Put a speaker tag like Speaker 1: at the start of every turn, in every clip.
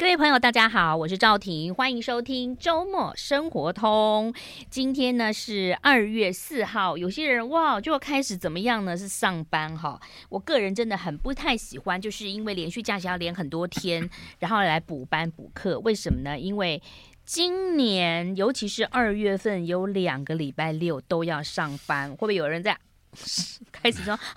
Speaker 1: 各位朋友，大家好，我是赵婷，欢迎收听周末生活通。今天呢是二月四号，有些人哇就开始怎么样呢？是上班哈。我个人真的很不太喜欢，就是因为连续假期要连很多天，然后来补班补课，为什么呢？因为今年尤其是二月份有两个礼拜六都要上班，会不会有人在开始说啊，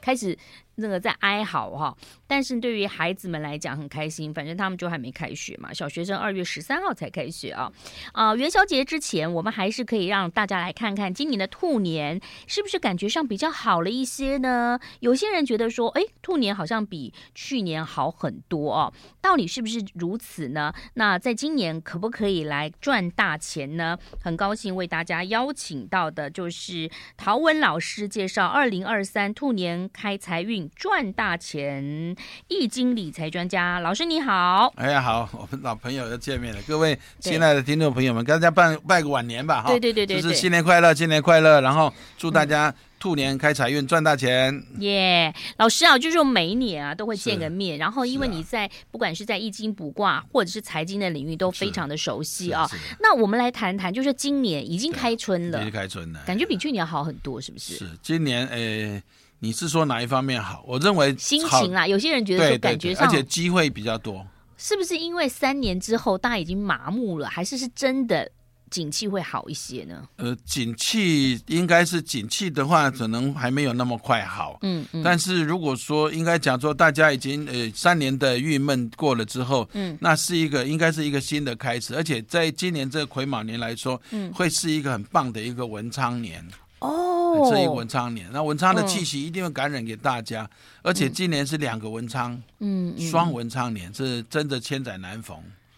Speaker 1: 开始那个在哀嚎哈、但是对于孩子们来讲很开心，反正他们就还没开学嘛，小学生二月十三号才开学啊。啊、元宵节之前，我们还是可以让大家来看看今年的兔年是不是感觉上比较好了一些呢？有些人觉得说，诶，兔年好像比去年好很多哦，到底是不是如此呢？那在今年可不可以来赚大钱呢？很高兴为大家邀请到的就是陶文老师介绍二零二三兔年开财运赚大钱，易经理财专家老师你好。
Speaker 2: 哎呀，好，我们老朋友又见面了，各位亲爱的听众朋友们，跟大家拜拜个晚年吧，哈，
Speaker 1: 对对对对
Speaker 2: 就是
Speaker 1: 对
Speaker 2: 新，年快乐，新年快乐，然后祝大家兔年开财运，赚大钱。
Speaker 1: 耶、老师啊，就是我每一年啊都会见
Speaker 2: 是
Speaker 1: 个面，然后因为
Speaker 2: 是啊
Speaker 1: 你在、不管是在易经卜卦或者是财经的领域都非常的熟悉啊。
Speaker 2: 是是
Speaker 1: 那我们来谈谈，就是今年已经开春
Speaker 2: 已
Speaker 1: 了
Speaker 2: 经，开春了，
Speaker 1: 感觉比去年好很多，是不是？
Speaker 2: 是今年，哎，你是说哪一方面好？我认为
Speaker 1: 心
Speaker 2: 好
Speaker 1: 情啦，有些人觉得
Speaker 2: 对
Speaker 1: 说
Speaker 2: 对
Speaker 1: 感觉
Speaker 2: 对，
Speaker 1: 上
Speaker 2: 而且机会比较多。
Speaker 1: 是不是因为三年之后大家已经麻木了，还是是真的景气会好一些呢？
Speaker 2: 呃，景气应该是景气的话，可能还没有那么快好。
Speaker 1: 嗯嗯，
Speaker 2: 但是如果说应该讲说，大家已经呃三年的郁闷过了之后，
Speaker 1: 嗯，
Speaker 2: 那是一个应该是一个新的开始，而且在今年这个癸卯年来说，
Speaker 1: 嗯
Speaker 2: 会是一个很棒的一个文昌年，
Speaker 1: 哦，
Speaker 2: 哎这一个文昌年，那文昌的
Speaker 1: 嗯
Speaker 2: 气息一定会感染给大家，而且今年是两个文昌，
Speaker 1: 嗯，嗯
Speaker 2: 双文昌年，是真的千载难逢。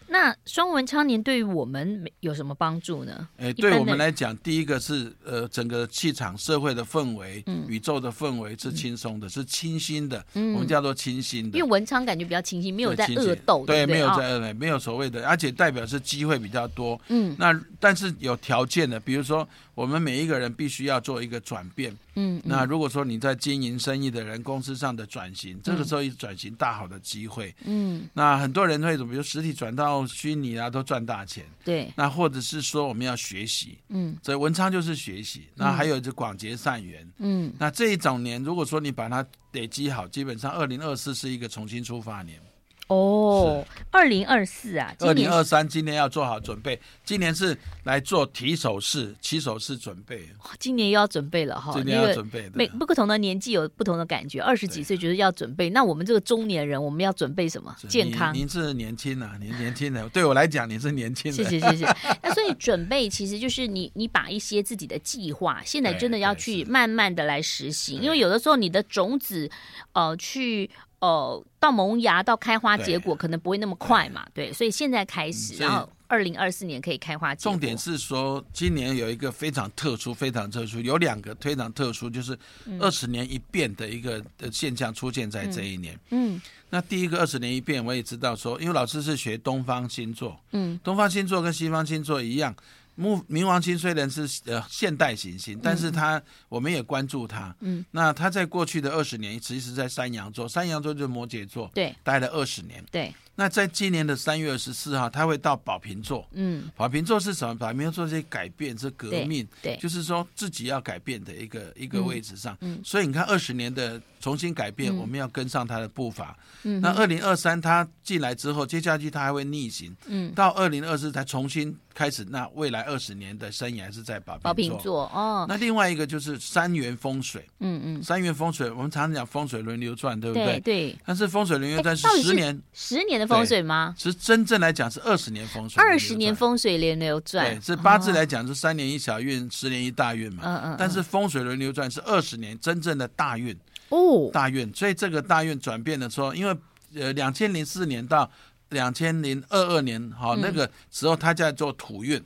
Speaker 1: 那双文昌年对于我们有什么帮助呢？
Speaker 2: 哎，
Speaker 1: 般
Speaker 2: 对我
Speaker 1: 的
Speaker 2: 们来讲，第一个是呃，整个气场、社会的氛围、
Speaker 1: 嗯
Speaker 2: 宇宙的氛围是轻松的，是清新的，我们叫做清新的
Speaker 1: 因为。文昌感觉比较清新，没有在
Speaker 2: 对清
Speaker 1: 恶
Speaker 2: 醒
Speaker 1: 斗，
Speaker 2: 对，
Speaker 1: 不
Speaker 2: 没有
Speaker 1: 哦
Speaker 2: 在恶斗，没有所谓的，而且代表是机会比较多。
Speaker 1: 嗯
Speaker 2: 那但是有条件的，比如说我们每一个人必须要做一个转变。
Speaker 1: 嗯，
Speaker 2: 那如果说你在经营生意的人，公司上的转型，这个时候一转型大好的机会。
Speaker 1: 嗯，
Speaker 2: 那很多人会，比如实体转到虚拟啊，都赚大钱。
Speaker 1: 对，
Speaker 2: 那或者是说我们要学习，
Speaker 1: 嗯
Speaker 2: 所以文昌就是学习。那还有就广结善缘。
Speaker 1: 嗯，
Speaker 2: 那这一整年，如果说你把它累积好，基本上二零二四是一个重新出发年。
Speaker 1: 哦，二零二四啊，
Speaker 2: 二
Speaker 1: 今
Speaker 2: 零
Speaker 1: 年
Speaker 2: 二三今年要做好准备，今年是来做提手式、起手式准备，
Speaker 1: 哇今年又要准备了哈，
Speaker 2: 今年
Speaker 1: 那
Speaker 2: 要
Speaker 1: 个
Speaker 2: 准备的
Speaker 1: 每。不同的年纪有不同的感觉，二十几
Speaker 2: 对
Speaker 1: 岁觉得要准备，那我们这个中年人，我们要准备什么？
Speaker 2: 是
Speaker 1: 健
Speaker 2: 您
Speaker 1: 康。
Speaker 2: 您是年轻啊，您年轻人，对我来讲你是年轻
Speaker 1: 谢
Speaker 2: 人，
Speaker 1: 谢谢 谢。那所以准备其实就是你你把一些自己的计划，现在
Speaker 2: 对
Speaker 1: 真的要
Speaker 2: 对
Speaker 1: 去
Speaker 2: 是的
Speaker 1: 慢慢的来实行，
Speaker 2: 对
Speaker 1: 因为有的时候你的种子，呃，去呃到萌芽到开花
Speaker 2: 对
Speaker 1: 结果可能不会那么快嘛，对，所以现在开始，
Speaker 2: 嗯所以
Speaker 1: 然后二零二四年可以开花结果。
Speaker 2: 重点是说，今年有一个非常特殊、非常特殊，有两个非常特殊，就是
Speaker 1: 嗯
Speaker 2: 二十年一变的一个呃现象出现在这一年。
Speaker 1: 嗯
Speaker 2: 那第一个二十年一变，我也知道说，因为老师是学东方星座，
Speaker 1: 嗯，
Speaker 2: 东方星座跟西方星座一样，木冥王星虽然是呃现代行星，但是它、我们也关注它，
Speaker 1: 嗯，
Speaker 2: 那它在过去的二十年，其实在山羊座，山羊座就是摩羯座，
Speaker 1: 对
Speaker 2: 待了二十年。
Speaker 1: 对，
Speaker 2: 那在今年的三月二十四号，它会到宝瓶座。
Speaker 1: 嗯
Speaker 2: 宝瓶座是什么？宝瓶座是改变，是革命，
Speaker 1: 对，
Speaker 2: 就是说自己要改变的一个一个位置上。
Speaker 1: 嗯
Speaker 2: 所以你看，二十年的重新改变，
Speaker 1: 嗯
Speaker 2: 我们要跟上它的步伐。
Speaker 1: 嗯
Speaker 2: 那二零二三它进来之后，接下去它还会逆行，
Speaker 1: 嗯，
Speaker 2: 到二零二四才重新开始。那未来二十年的生涯是在宝
Speaker 1: 宝
Speaker 2: 瓶
Speaker 1: 瓶
Speaker 2: 座。
Speaker 1: 座哦，
Speaker 2: 那另外一个就是三元风水，
Speaker 1: 嗯嗯，
Speaker 2: 三元风水，我们常讲风水轮流转，对不
Speaker 1: 对
Speaker 2: 对？
Speaker 1: 对，
Speaker 2: 但是风水轮流转
Speaker 1: 哎
Speaker 2: 是
Speaker 1: 到底是
Speaker 2: 十年，
Speaker 1: 十年的风水吗？
Speaker 2: 其实真正来讲是二十年风水轮流转，
Speaker 1: 二十年风水轮流转
Speaker 2: 对，，是八字来讲是三年一小运，十年一大运嘛。
Speaker 1: 嗯嗯嗯
Speaker 2: 但是风水轮流转是二十年真正的大运，
Speaker 1: 哦，
Speaker 2: 大运，所以这个大运转变的时候，因为呃，两千零四年到两千零二二年，好、那个时候他在做土运。
Speaker 1: 嗯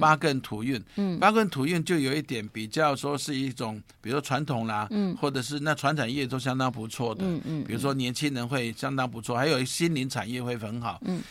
Speaker 2: 八艮土运，
Speaker 1: 嗯
Speaker 2: 八艮土运就有一点比较说是一种，比如说传统啦，
Speaker 1: 嗯
Speaker 2: 或者是那传产业都相当不错的，
Speaker 1: 嗯嗯
Speaker 2: 比如说年轻人会相当不错，还有心灵产业会很好。
Speaker 1: 嗯，嗯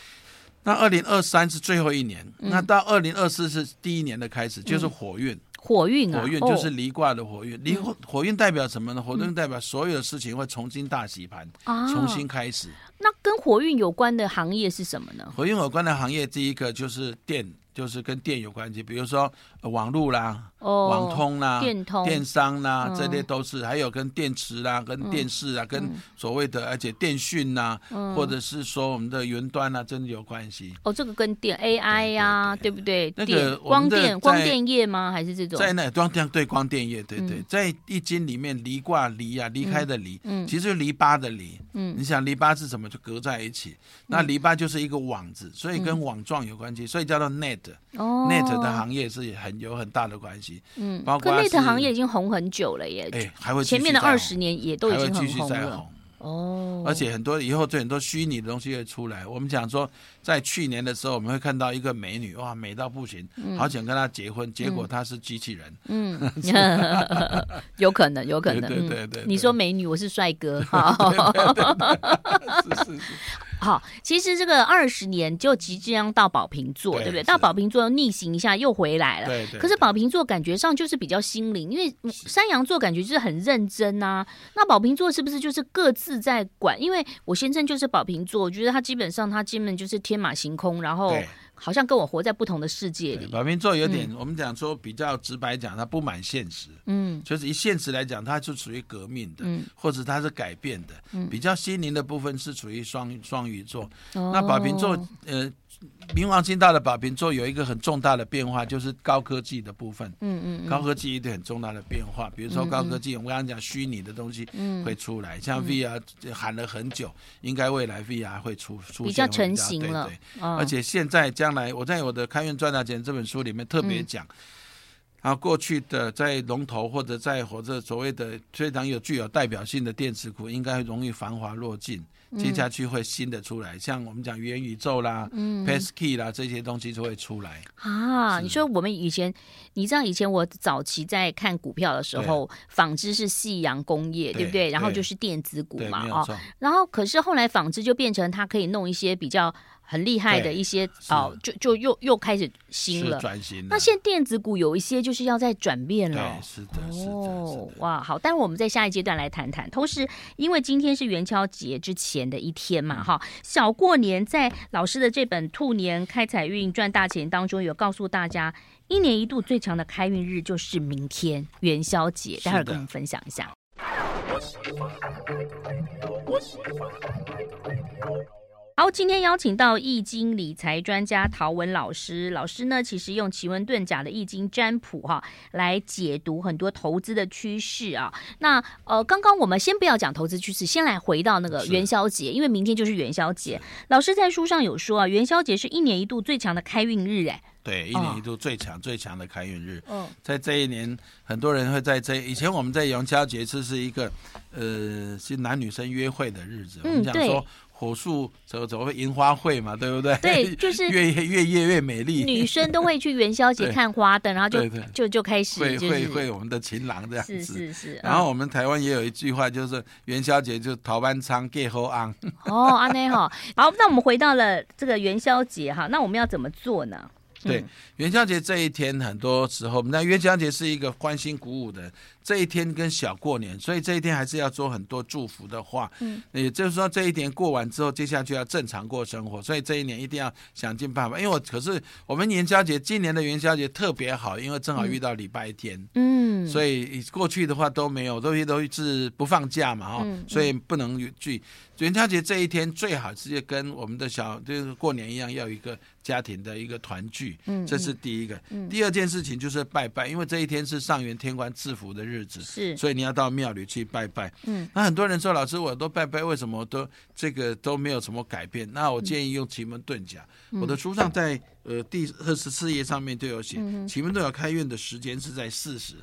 Speaker 2: 那二零二三是最后一年，那到二零二四是第一年的开始，就是火运。
Speaker 1: 火运啊，
Speaker 2: 火运
Speaker 1: 哦嗯
Speaker 2: 就是离卦的火运，离火火运代表什么呢？火运代表所有的事情会重新大洗盘，
Speaker 1: 啊，
Speaker 2: 重新开始。
Speaker 1: 那跟火运有关的行业是什么呢？
Speaker 2: 火运有关的行业，第一个就是电，就是跟电有关系，比如说、呃网路啦、
Speaker 1: 哦，
Speaker 2: 网通啦、
Speaker 1: 电通
Speaker 2: 电商啦，
Speaker 1: 嗯
Speaker 2: 这类都是，还有跟电池啦、跟电视啊、跟
Speaker 1: 嗯
Speaker 2: 所谓的而且电讯呐，或者是说我们的云端啊，真的有关系。
Speaker 1: 哦，这个跟电 AI 呀、对
Speaker 2: 对
Speaker 1: 不对？
Speaker 2: 那
Speaker 1: 电
Speaker 2: 个我
Speaker 1: 光
Speaker 2: 们的
Speaker 1: 电光
Speaker 2: 在
Speaker 1: 电业吗？还是这种？
Speaker 2: 在那光电对光电业，对对，在易经里面离卦离啊，离开的离，
Speaker 1: 嗯
Speaker 2: 其实就篱笆的篱，
Speaker 1: 嗯
Speaker 2: 你想篱笆是什么？就隔在一起，那篱笆就是一个网子，所以跟网状有关系，所以叫做 net。
Speaker 1: 哦
Speaker 2: Net 的行业是很有很大的关系，
Speaker 1: 嗯，
Speaker 2: 包括
Speaker 1: 跟
Speaker 2: 它
Speaker 1: Net
Speaker 2: 是
Speaker 1: 行业已经红很久了耶，
Speaker 2: 哎，还会继续
Speaker 1: 前面的
Speaker 2: 再红
Speaker 1: 二十年也都已
Speaker 2: 还会
Speaker 1: 经
Speaker 2: 继
Speaker 1: 很
Speaker 2: 续
Speaker 1: 红
Speaker 2: 再
Speaker 1: 了。
Speaker 2: 红，
Speaker 1: 哦，
Speaker 2: 而且很多以后就很多虚拟的东西会出来。我们讲说，在去年的时候，我们会看到一个美女，哇，美到不行，好想跟她结婚，结果她是机器人，
Speaker 1: 嗯，有可能，有可能。
Speaker 2: 对对对
Speaker 1: 嗯
Speaker 2: 对对
Speaker 1: 你说美女，我是帅哥， 好
Speaker 2: 是是是，
Speaker 1: 好。其实这个二十年就即将到宝瓶座，
Speaker 2: 对
Speaker 1: 对不对？
Speaker 2: 是
Speaker 1: 到宝瓶座逆行一下又回来了。
Speaker 2: 对对。
Speaker 1: 可是宝瓶座感觉上就是比较心灵，因为山羊座感觉就是很认真啊。那宝瓶座是不是就是各自在管？因为我先生就是宝瓶座，我觉得他基本上他基本就是天马行空，然后
Speaker 2: 对
Speaker 1: 好像跟我活在不同的世界
Speaker 2: 对
Speaker 1: 里。
Speaker 2: 宝瓶座有点，我们讲说比较直白讲，它不满现实，
Speaker 1: 嗯
Speaker 2: 就是以现实来讲，它是属于革命的，
Speaker 1: 嗯，
Speaker 2: 或者它是改变的。比较心灵的部分是属于双双鱼座，
Speaker 1: 那
Speaker 2: 那宝瓶座，
Speaker 1: 哦
Speaker 2: 呃，冥王星到了宝瓶座有一个很重大的变化，就是高科技的部分。
Speaker 1: 嗯嗯
Speaker 2: 高科技一定很重大的变化，比如说高科技，我们刚刚讲虚拟的东西
Speaker 1: 嗯，
Speaker 2: 会出来，像 VR 喊了很久，应该未来 VR 会出出现
Speaker 1: 比较
Speaker 2: 会
Speaker 1: 成型
Speaker 2: 对
Speaker 1: 了
Speaker 2: 对
Speaker 1: 嗯
Speaker 2: 而且现在将来，我在我的《开运赚大钱》这本书里面特别讲，
Speaker 1: 嗯
Speaker 2: 啊，过去的在龙头或者在或者所谓的非常有具有代表性的电子股，应该容易繁华落尽。接下去会新的出来，像我们讲元宇宙啦、
Speaker 1: 嗯
Speaker 2: p e s k y 啦这些东西就会出来。
Speaker 1: 啊，你说我们以前，你知道以前我早期在看股票的时候，纺织是夕阳工业，对不对？
Speaker 2: 对
Speaker 1: 然后
Speaker 2: 对
Speaker 1: 就是电子股
Speaker 2: 对，
Speaker 1: 嘛
Speaker 2: 没，有
Speaker 1: 哦，
Speaker 2: 错。
Speaker 1: 然后可是后来纺织就变成它可以弄一些比较很厉害的
Speaker 2: 对
Speaker 1: 一些哦，就就又又开始新
Speaker 2: 是
Speaker 1: 了。
Speaker 2: 转型的。
Speaker 1: 那现在电子股有一些就是要在转变了
Speaker 2: 对，。是的，是的，是
Speaker 1: 哦
Speaker 2: 的，，
Speaker 1: 哇，好，待会我们在下一阶段来谈谈。同时，因为今天是元宵节之前的一天嘛，
Speaker 2: 嗯
Speaker 1: 哈，小过年在老师的这本《兔年开财运赚大钱》当中有告诉大家，一年一度最长的开运日就是明天元宵节，待会儿
Speaker 2: 是的
Speaker 1: 跟我们分享一下。好，今天邀请到易经理财专家陶文老师，老师呢其实用奇门遁甲的易经占卜哈、来解读很多投资的趋势啊。那呃，刚刚我们先不要讲投资趋势，先来回到那个
Speaker 2: 是
Speaker 1: 元宵节，因为明天就是元宵节。老师在书上有说啊，元宵节是一年一度最强的开运日，哎，
Speaker 2: 对，一年一度最强最强的开运日，
Speaker 1: 嗯，
Speaker 2: 在这一年，很多人会在这以前我们在元宵节是是一个，呃，是男女生约会的日子。
Speaker 1: 嗯
Speaker 2: 我们讲
Speaker 1: 对
Speaker 2: 说火树怎怎么会樱花会嘛，对不对？
Speaker 1: 对就是
Speaker 2: 越夜越夜越美丽。
Speaker 1: 女生都会去元宵节
Speaker 2: 对
Speaker 1: 看花灯，然后就
Speaker 2: 对对
Speaker 1: 就就开始
Speaker 2: 会
Speaker 1: 就是
Speaker 2: 会会我们的情郎这样
Speaker 1: 是
Speaker 2: 子。
Speaker 1: 是是，嗯
Speaker 2: 然后我们台湾也有一句话，就是元宵节就逃班仓 get 后昂。
Speaker 1: 哦，阿内哈，好，那我们回到了这个元宵节哈，那我们要怎么做呢？
Speaker 2: 对，元宵节这一天，很多时候，那元宵节是一个欢欣鼓舞的这一天，跟小过年，所以这一天还是要做很多祝福的话。嗯，也就是说，这一年过完之后，接下去要正常过生活，所以这一年一定要想尽办法。因为我可是我们元宵节今年的元宵节特别好，因为正好遇到礼拜天。
Speaker 1: 嗯，
Speaker 2: 所以过去的话都没有，都都是不放假嘛，哈、
Speaker 1: 嗯
Speaker 2: 所以不能聚。元宵节这一天最好是跟我们的小，就是过年一样，要有一个家庭的一个团聚，
Speaker 1: 嗯
Speaker 2: 这是第一个。第二件事情就是拜拜，因为这一天是上元天官赐福的日子，
Speaker 1: 是
Speaker 2: 所以你要到庙里去拜拜。
Speaker 1: 嗯，
Speaker 2: 那很多人说，老师，我都拜拜，为什么都这个都没有什么改变？那我建议用奇门遁甲。
Speaker 1: 嗯
Speaker 2: 我的书上在呃第二十四页上面都有写，
Speaker 1: 嗯
Speaker 2: 奇门遁甲开运的时间是在四十、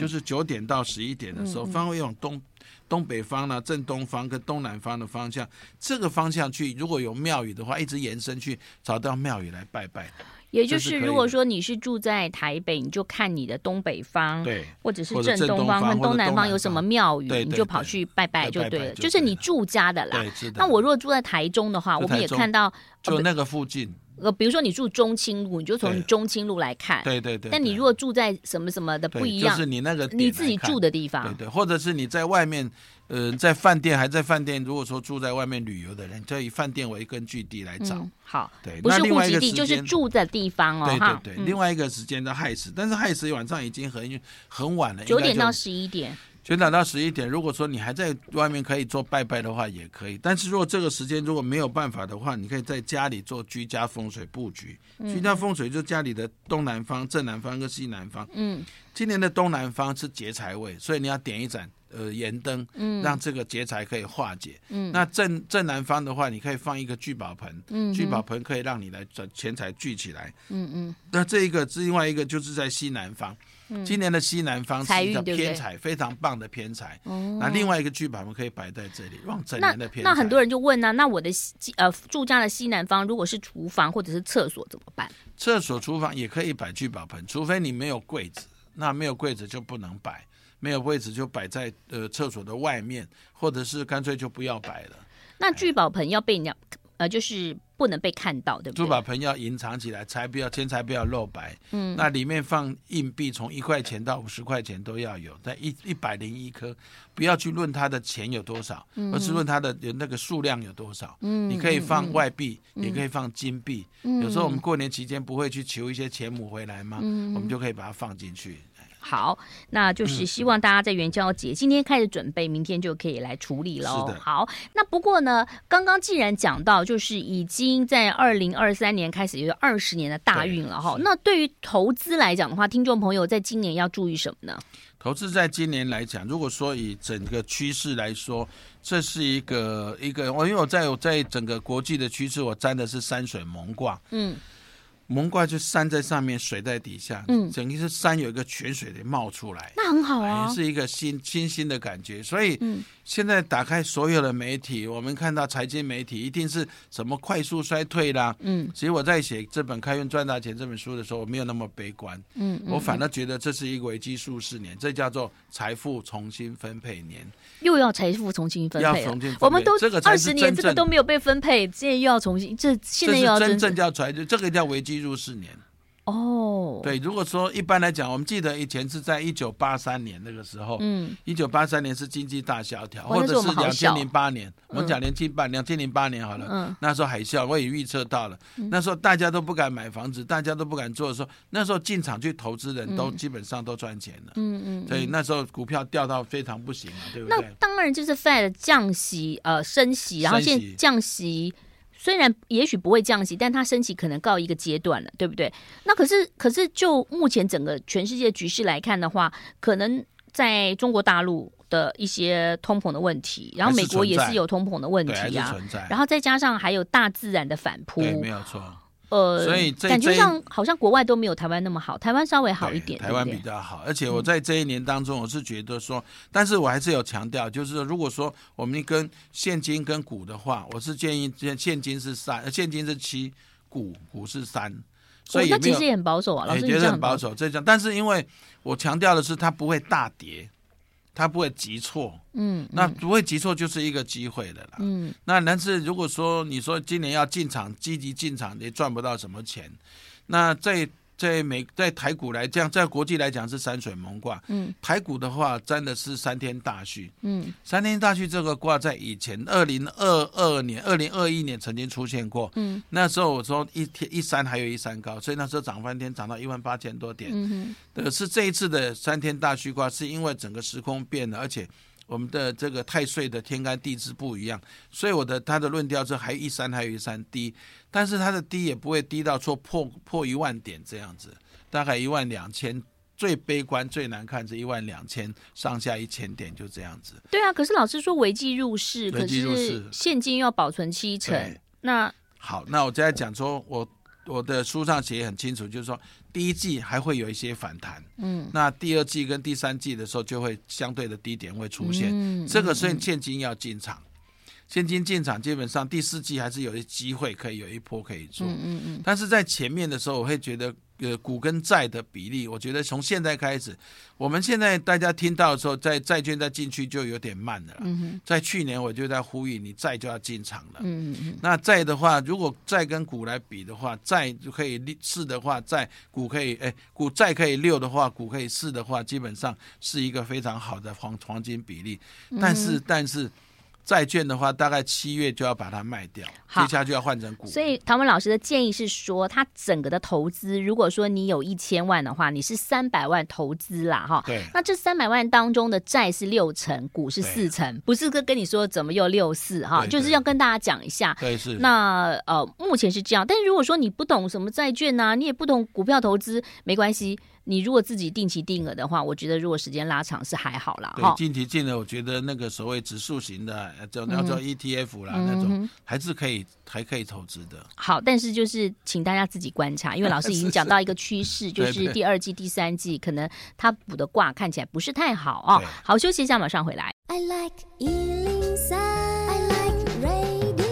Speaker 2: 就是九点到十一点的
Speaker 1: 嗯
Speaker 2: 时候，方位往东东北方呢、正东方跟东南方的方向，这个方向去，如果有庙宇的话，一直延伸去找到庙宇来拜拜。
Speaker 1: 也就
Speaker 2: 这是
Speaker 1: 是
Speaker 2: 可以
Speaker 1: 如果
Speaker 2: 的
Speaker 1: 说你是住在台北，你就看你的东北方，
Speaker 2: 对。
Speaker 1: 或者是
Speaker 2: 或者
Speaker 1: 正
Speaker 2: 正
Speaker 1: 东
Speaker 2: 东
Speaker 1: 方
Speaker 2: 方
Speaker 1: 跟
Speaker 2: 或者
Speaker 1: 东南
Speaker 2: 东
Speaker 1: 方
Speaker 2: 南
Speaker 1: 有什
Speaker 2: 方
Speaker 1: 么庙宇，
Speaker 2: 对
Speaker 1: 你
Speaker 2: 对
Speaker 1: 就跑
Speaker 2: 对
Speaker 1: 去拜拜就
Speaker 2: 拜
Speaker 1: 对
Speaker 2: 拜
Speaker 1: 了，
Speaker 2: 就
Speaker 1: 就是
Speaker 2: 对
Speaker 1: 你
Speaker 2: 了
Speaker 1: 住家的啦
Speaker 2: 对，是的
Speaker 1: 那我若住在台中的话，
Speaker 2: 住
Speaker 1: 我们
Speaker 2: 台
Speaker 1: 也
Speaker 2: 中
Speaker 1: 看到，
Speaker 2: 就那个附近，
Speaker 1: 呃，比如说你住中清路，你就从
Speaker 2: 对
Speaker 1: 中清路来看。
Speaker 2: 对对对。
Speaker 1: 但你
Speaker 2: 对
Speaker 1: 如果住在什么什么的不
Speaker 2: 对
Speaker 1: 一样，
Speaker 2: 就是你那个
Speaker 1: 你自己住
Speaker 2: 的
Speaker 1: 的地方
Speaker 2: 对，对，或者是你在外面，呃，在饭店还在饭店，如果说住在外面旅游的人，就以饭店为根据地来找。
Speaker 1: 嗯，好，
Speaker 2: 对，
Speaker 1: 不
Speaker 2: 那
Speaker 1: 是
Speaker 2: 另
Speaker 1: 户
Speaker 2: 外一
Speaker 1: 籍
Speaker 2: 个
Speaker 1: 地，
Speaker 2: 时
Speaker 1: 就是
Speaker 2: 间
Speaker 1: 住的地方哦，
Speaker 2: 对
Speaker 1: 哈，
Speaker 2: 对对，另外一个时间到亥时，但是亥时晚上已经很很晚了，
Speaker 1: 九点到
Speaker 2: 九
Speaker 1: 十一点，
Speaker 2: 点到十一点。如果说你还在外面可以做拜拜的话，也可以。但是如果这个时间如果没有办法的话，你可以在家里做居家风水布局。
Speaker 1: 嗯
Speaker 2: 居家风水就家里的东南方、正南方跟西南方。
Speaker 1: 嗯
Speaker 2: 今年的东南方是劫财位，所以你要点一盏呃盐灯，
Speaker 1: 嗯
Speaker 2: 让这个劫财可以化解。
Speaker 1: 嗯
Speaker 2: 那正正南方的话，你可以放一个聚宝盆，
Speaker 1: 嗯
Speaker 2: 聚宝盆可以让你来转钱财聚起来。
Speaker 1: 嗯
Speaker 2: 那这一个是另外一个，就是在西南方。今年的西南方
Speaker 1: 财
Speaker 2: 是
Speaker 1: 运
Speaker 2: 一个
Speaker 1: 对不对
Speaker 2: 偏财，非常棒的偏财。
Speaker 1: 嗯，
Speaker 2: 那
Speaker 1: 哦。
Speaker 2: 另外一个剧本我们可以摆在这里，让整
Speaker 1: 那
Speaker 2: 年的偏财。
Speaker 1: 那很多人就问呢、那我的西呃住家的西南方如果是厨房或者是厕所怎么办？
Speaker 2: 厕所、厨房也可以摆聚宝盆，除非你没有柜子，那没有柜子就不能摆，没有柜子就摆在呃厕所的外面，或者是干脆就不要摆了。
Speaker 1: 那
Speaker 2: 哎
Speaker 1: 聚宝盆要被人家呃就是不能被看到，对不
Speaker 2: 珠
Speaker 1: 对？
Speaker 2: 宝盆要隐藏起来，财不要钱财不要露白。嗯，那里面放硬币，从一块钱到五十块钱都要有，在一一百零一颗，不要去论它的钱有多少，而是论它的有那个数量有多少。嗯，你可以放外币，也可以放金币。有时候我们过年期间不会去求一些钱母回来吗？我们就可以把它放进去。
Speaker 1: 好，那就是
Speaker 2: 嗯
Speaker 1: 希望大家在元宵节、今天开始准备，明天就可以来处理喽
Speaker 2: 是。的
Speaker 1: 好，那不过呢，刚刚既然讲到，就是已经在二零二三年开始，也就是二十年的大运了哈。
Speaker 2: 对是
Speaker 1: 那对于投资来讲的话，听众朋友在今年要注意什么呢？
Speaker 2: 投资在今年来讲，如果说以整个趋势来说，这是一个一个，我因为我在我在整个国际的趋势，我沾的是山水蒙卦，
Speaker 1: 嗯，
Speaker 2: 蒙卦就山在上面，水在底下，
Speaker 1: 嗯
Speaker 2: 整个是山有一个泉水的冒出来，
Speaker 1: 那很好啊
Speaker 2: 哎，是一个新清新的感觉。所以
Speaker 1: 嗯
Speaker 2: 现在打开所有的媒体，我们看到财经媒体一定是什么快速衰退啦。
Speaker 1: 嗯
Speaker 2: 其实我在写这本《开运赚大钱》这本书的时候，我没有那么悲观，
Speaker 1: 嗯，嗯
Speaker 2: 我反而觉得这是一个危机数十年，这叫做财富重新分配年，
Speaker 1: 又要财富重新分
Speaker 2: 要
Speaker 1: 配了
Speaker 2: 重。新分配。
Speaker 1: 我们都
Speaker 2: 这个才
Speaker 1: 二
Speaker 2: 是
Speaker 1: 十年，
Speaker 2: 真
Speaker 1: 这个
Speaker 2: 正
Speaker 1: 都没有被分配，现在又要重新，这现
Speaker 2: 这
Speaker 1: 在又要
Speaker 2: 是真正叫财，这个叫危机入市年。
Speaker 1: 哦，，
Speaker 2: 对，如果说一般来讲，我们记得以前是在一九八三年那个时候，
Speaker 1: 嗯
Speaker 2: 一九八三年是经济大萧条，
Speaker 1: 哇
Speaker 2: 或
Speaker 1: 那时
Speaker 2: 者
Speaker 1: 候我
Speaker 2: 是
Speaker 1: 们好
Speaker 2: 两
Speaker 1: 小
Speaker 2: 千零八年，我们讲年近半，两千零八年好了，
Speaker 1: 嗯
Speaker 2: 那时候海啸我也预测到了，那时候大家都不敢买房子，大家都不敢做的时候，那时候进场去投资人都基本上都赚钱了，
Speaker 1: 嗯嗯。
Speaker 2: 所以那时候股票掉到非常不行了，对不
Speaker 1: 那
Speaker 2: 对？
Speaker 1: 当然就是 Fed 降息，呃，升息，然后现
Speaker 2: 升息
Speaker 1: 在降息，虽然也许不会降息，但它升息可能告一个阶段了，对不对？那可是，可是就目前整个全世界局势来看的话，可能在中国大陆的一些通膨的问题，然后美国
Speaker 2: 还是
Speaker 1: 也
Speaker 2: 存在
Speaker 1: 是有通膨的问
Speaker 2: 对，还
Speaker 1: 题
Speaker 2: 是
Speaker 1: 啊。
Speaker 2: 存在，
Speaker 1: 然后再加上还有大自然的反扑，
Speaker 2: 对，没有错。
Speaker 1: 呃，
Speaker 2: 所以这
Speaker 1: 感觉
Speaker 2: 这一
Speaker 1: 上好像国外都没有台湾那么好，台湾稍微好一
Speaker 2: 对
Speaker 1: 点，
Speaker 2: 台湾
Speaker 1: 对嗯
Speaker 2: 比
Speaker 1: 不对
Speaker 2: 较好。而且我在这一年当中，我是觉得说，但是我还是有强调，就是说，如果说我们跟现金跟股的话，我是建议现现金是三，呃现金是七，股股是三，所以
Speaker 1: 哦
Speaker 2: 也
Speaker 1: 那
Speaker 2: 没
Speaker 1: 其
Speaker 2: 有
Speaker 1: 实。也很保守啊，老
Speaker 2: 也
Speaker 1: 师你
Speaker 2: 觉
Speaker 1: 这
Speaker 2: 得
Speaker 1: 样
Speaker 2: 很保
Speaker 1: 守，
Speaker 2: 守，这样，但是因为我强调的是，它不会大跌，它不会急挫，
Speaker 1: 嗯
Speaker 2: 那不会急挫就是一个机会了啦。
Speaker 1: 嗯
Speaker 2: 那但是如果说你说今年要进场，积极进场也赚不到什么钱，那在在美在台股来讲，在国际来讲是山水蒙卦，
Speaker 1: 嗯
Speaker 2: 台股的话占的是三天大序，
Speaker 1: 嗯
Speaker 2: 三天大序这个卦在以前二零二二年、二零二一年曾经出现过，
Speaker 1: 嗯
Speaker 2: 那时候我说一天一山还有一山高，所以那时候涨翻天，涨到一万八千多点，
Speaker 1: 嗯哼
Speaker 2: 呃，是这一次的三天大虚卦，是因为整个时空变了，而且我们的这个太岁的天干地支不一样，所以我的他的论调是还有一山还有一山低，但是它的低也不会低到说破破一万点这样子，大概一万两千。最悲观、最难看是一万两千上下一千点，就这样子。
Speaker 1: 对啊，可是老师说违纪入市，可
Speaker 2: 违纪入
Speaker 1: 是
Speaker 2: 市
Speaker 1: 现金要保存七成
Speaker 2: 对，
Speaker 1: 那
Speaker 2: 好，那我再讲说，我我的书上写得很清楚，就是说第一季还会有一些反弹，
Speaker 1: 嗯，
Speaker 2: 那第二季跟第三季的时候就会相对的低点会出现，
Speaker 1: 嗯
Speaker 2: 这个所以现金要进场。现金进场基本上第四季还是有一机会可以有一波可以做，
Speaker 1: 嗯嗯嗯，
Speaker 2: 但是在前面的时候，我会觉得呃股跟债的比例，我觉得从现在开始，我们现在大家听到的时候，在债券再进去就有点慢了啦。
Speaker 1: 嗯
Speaker 2: 在去年我就在呼吁你债就要进场了。
Speaker 1: 嗯嗯
Speaker 2: 那债的话，如果债跟股来比的话，债就可以四的话，债股可以，哎，股债可以六的话，股可以四的话，基本上是一个非常好的黄黄金比例。
Speaker 1: 嗯
Speaker 2: 但是，但是债券的话，大概七月就要把它卖掉，
Speaker 1: 好
Speaker 2: 接下来就要换成股。
Speaker 1: 所以唐文老师的建议是说，他整个的投资，如果说你有一千万的话，你是三百万投资啦，哈。
Speaker 2: 对
Speaker 1: 那这三百万当中的债是六成，股是
Speaker 2: 对啊
Speaker 1: 四成，不是跟跟你说怎么又六四哈，
Speaker 2: 对
Speaker 1: 就是
Speaker 2: 对
Speaker 1: 要跟大家讲一下。
Speaker 2: 对，是
Speaker 1: 那呃，目前是这样，但是如果说你不懂什么债券呐、你也不懂股票投资，没关系。你如果自己定期定额的话，我觉得如果时间拉长是还好啦，哈
Speaker 2: 对，。近期进了，我觉得那个所谓指数型的，呃叫那叫
Speaker 1: 嗯
Speaker 2: ETF 啦，那种还是可以，还可以投资的。
Speaker 1: 好，但是就是请大家自己观察，因为老师已经讲到一个趋势，就
Speaker 2: 对
Speaker 1: 是
Speaker 2: 对
Speaker 1: 第二季、第三季可能他补的卦看起来不是太好啊、
Speaker 2: 对
Speaker 1: 好，休息一下，马上回来。
Speaker 3: I like Ealing Sound. I like radio.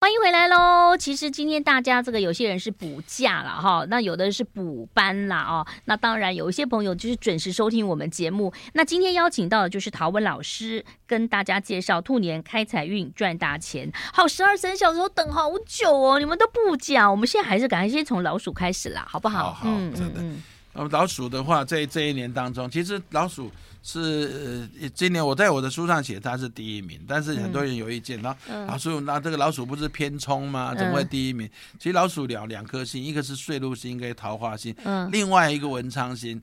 Speaker 1: 欢迎回来喽！其实今天大家这个有些人是补假了哈，那有的是补班啦哦，那当然有一些朋友就是准时收听我们节目。那今天邀请到的就是陶文老师，跟大家介绍兔年开财运赚大钱。好，十二生肖的时候等好久哦，你们都不讲，我们现在还是赶快先从老鼠开始啦，好不好？嗯
Speaker 2: 好好真的那么老鼠的话，在这一年当中，其实老鼠是呃，今年我在我的书上写它是第一名，但是很多人有意见，然后老鼠那这个老鼠不是偏冲吗？怎么会第一名？其实老鼠两两颗星，一个是岁禄星跟桃花星，
Speaker 1: 嗯
Speaker 2: 另外一个文昌星。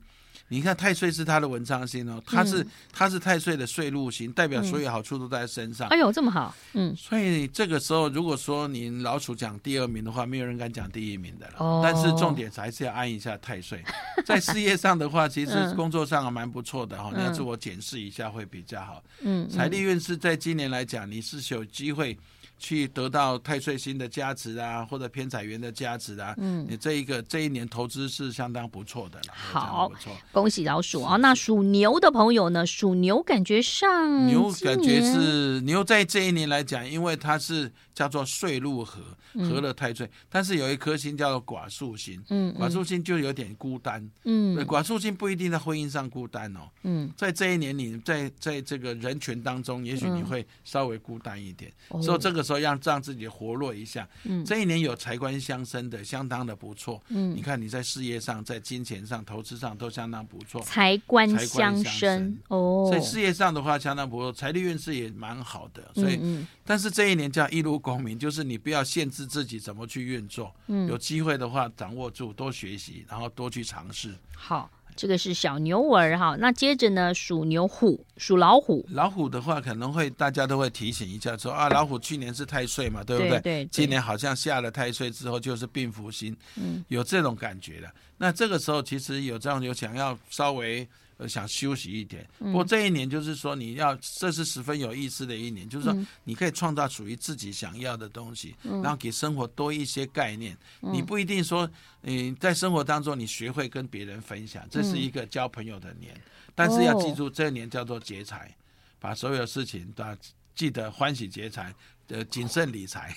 Speaker 2: 你看太岁是他的文昌星哦，他是、他是太岁的岁禄星，代表所有好处都在他身上。
Speaker 1: 哎呦，这么好，嗯，
Speaker 2: 所以这个时候，如果说你老鼠讲第二名的话，没有人敢讲第一名的了。
Speaker 1: 哦
Speaker 2: 但是重点还是要按一下 太岁。在事业上的话，其实工作上还蛮不错的哈、
Speaker 1: 嗯
Speaker 2: 你要自我检视一下会比较好。
Speaker 1: 嗯，
Speaker 2: 财力运势在今年来讲，你是有机会去得到太岁星的加持啊，或者偏财源的加持啊。嗯，你这一个这一年投资是相当不错的了，
Speaker 1: 好
Speaker 2: 相当不错。
Speaker 1: 恭喜老鼠啊！那属牛的朋友呢？属牛感觉上
Speaker 2: 牛
Speaker 1: 嗯今
Speaker 2: 感觉
Speaker 1: 年
Speaker 2: 是牛，在这一年来讲，因为它是叫做岁入合，合了太岁，但是有一颗星叫做寡宿星，
Speaker 1: 嗯
Speaker 2: 寡宿星就有点孤单。
Speaker 1: 嗯
Speaker 2: 对，寡宿星不一定在婚姻上孤单哦，
Speaker 1: 嗯，
Speaker 2: 在这一年你在在这个人群当中，也许你会稍微孤单一点，
Speaker 1: 嗯哦
Speaker 2: 所以这个时候要让自己活络一下。嗯，这一年有财官相生的，相当的不错。嗯，你看你在事业上、在金钱上、投资上都相当不错。
Speaker 1: 财官
Speaker 2: 财官
Speaker 1: 相
Speaker 2: 相
Speaker 1: 生
Speaker 2: 生
Speaker 1: 哦
Speaker 2: 所以，事业上的话，相当不错，财力运势也蛮好的。所以，
Speaker 1: 嗯
Speaker 2: 但是这一年叫一路功名，就是你不要限制自己怎么去运作。嗯，有机会的话，掌握住，多学习，然后多去尝试。
Speaker 1: 好，这个是小牛儿哈。那接着呢，属牛虎，属老虎，
Speaker 2: 老虎的话，可能会大家都会提醒一下说啊，老虎去年是太岁嘛，对不
Speaker 1: 对
Speaker 2: 对？
Speaker 1: 对对
Speaker 2: 今年好像下了太岁之后就是病福星，嗯，有这种感觉的。那这个时候其实有这样有想要稍微。呃，想休息一点，不过这一年就是说，你要这是十分有意思的一年，就是说你可以创造属于自己想要的东西，然后给生活多一些概念。你不一定说，嗯、在生活当中你学会跟别人分享，这
Speaker 1: 嗯
Speaker 2: 是一个交朋友的年，但是要记住，这一年叫做劫财。
Speaker 1: 哦
Speaker 2: 把所有事情都要记得欢喜劫财，呃，谨慎理财。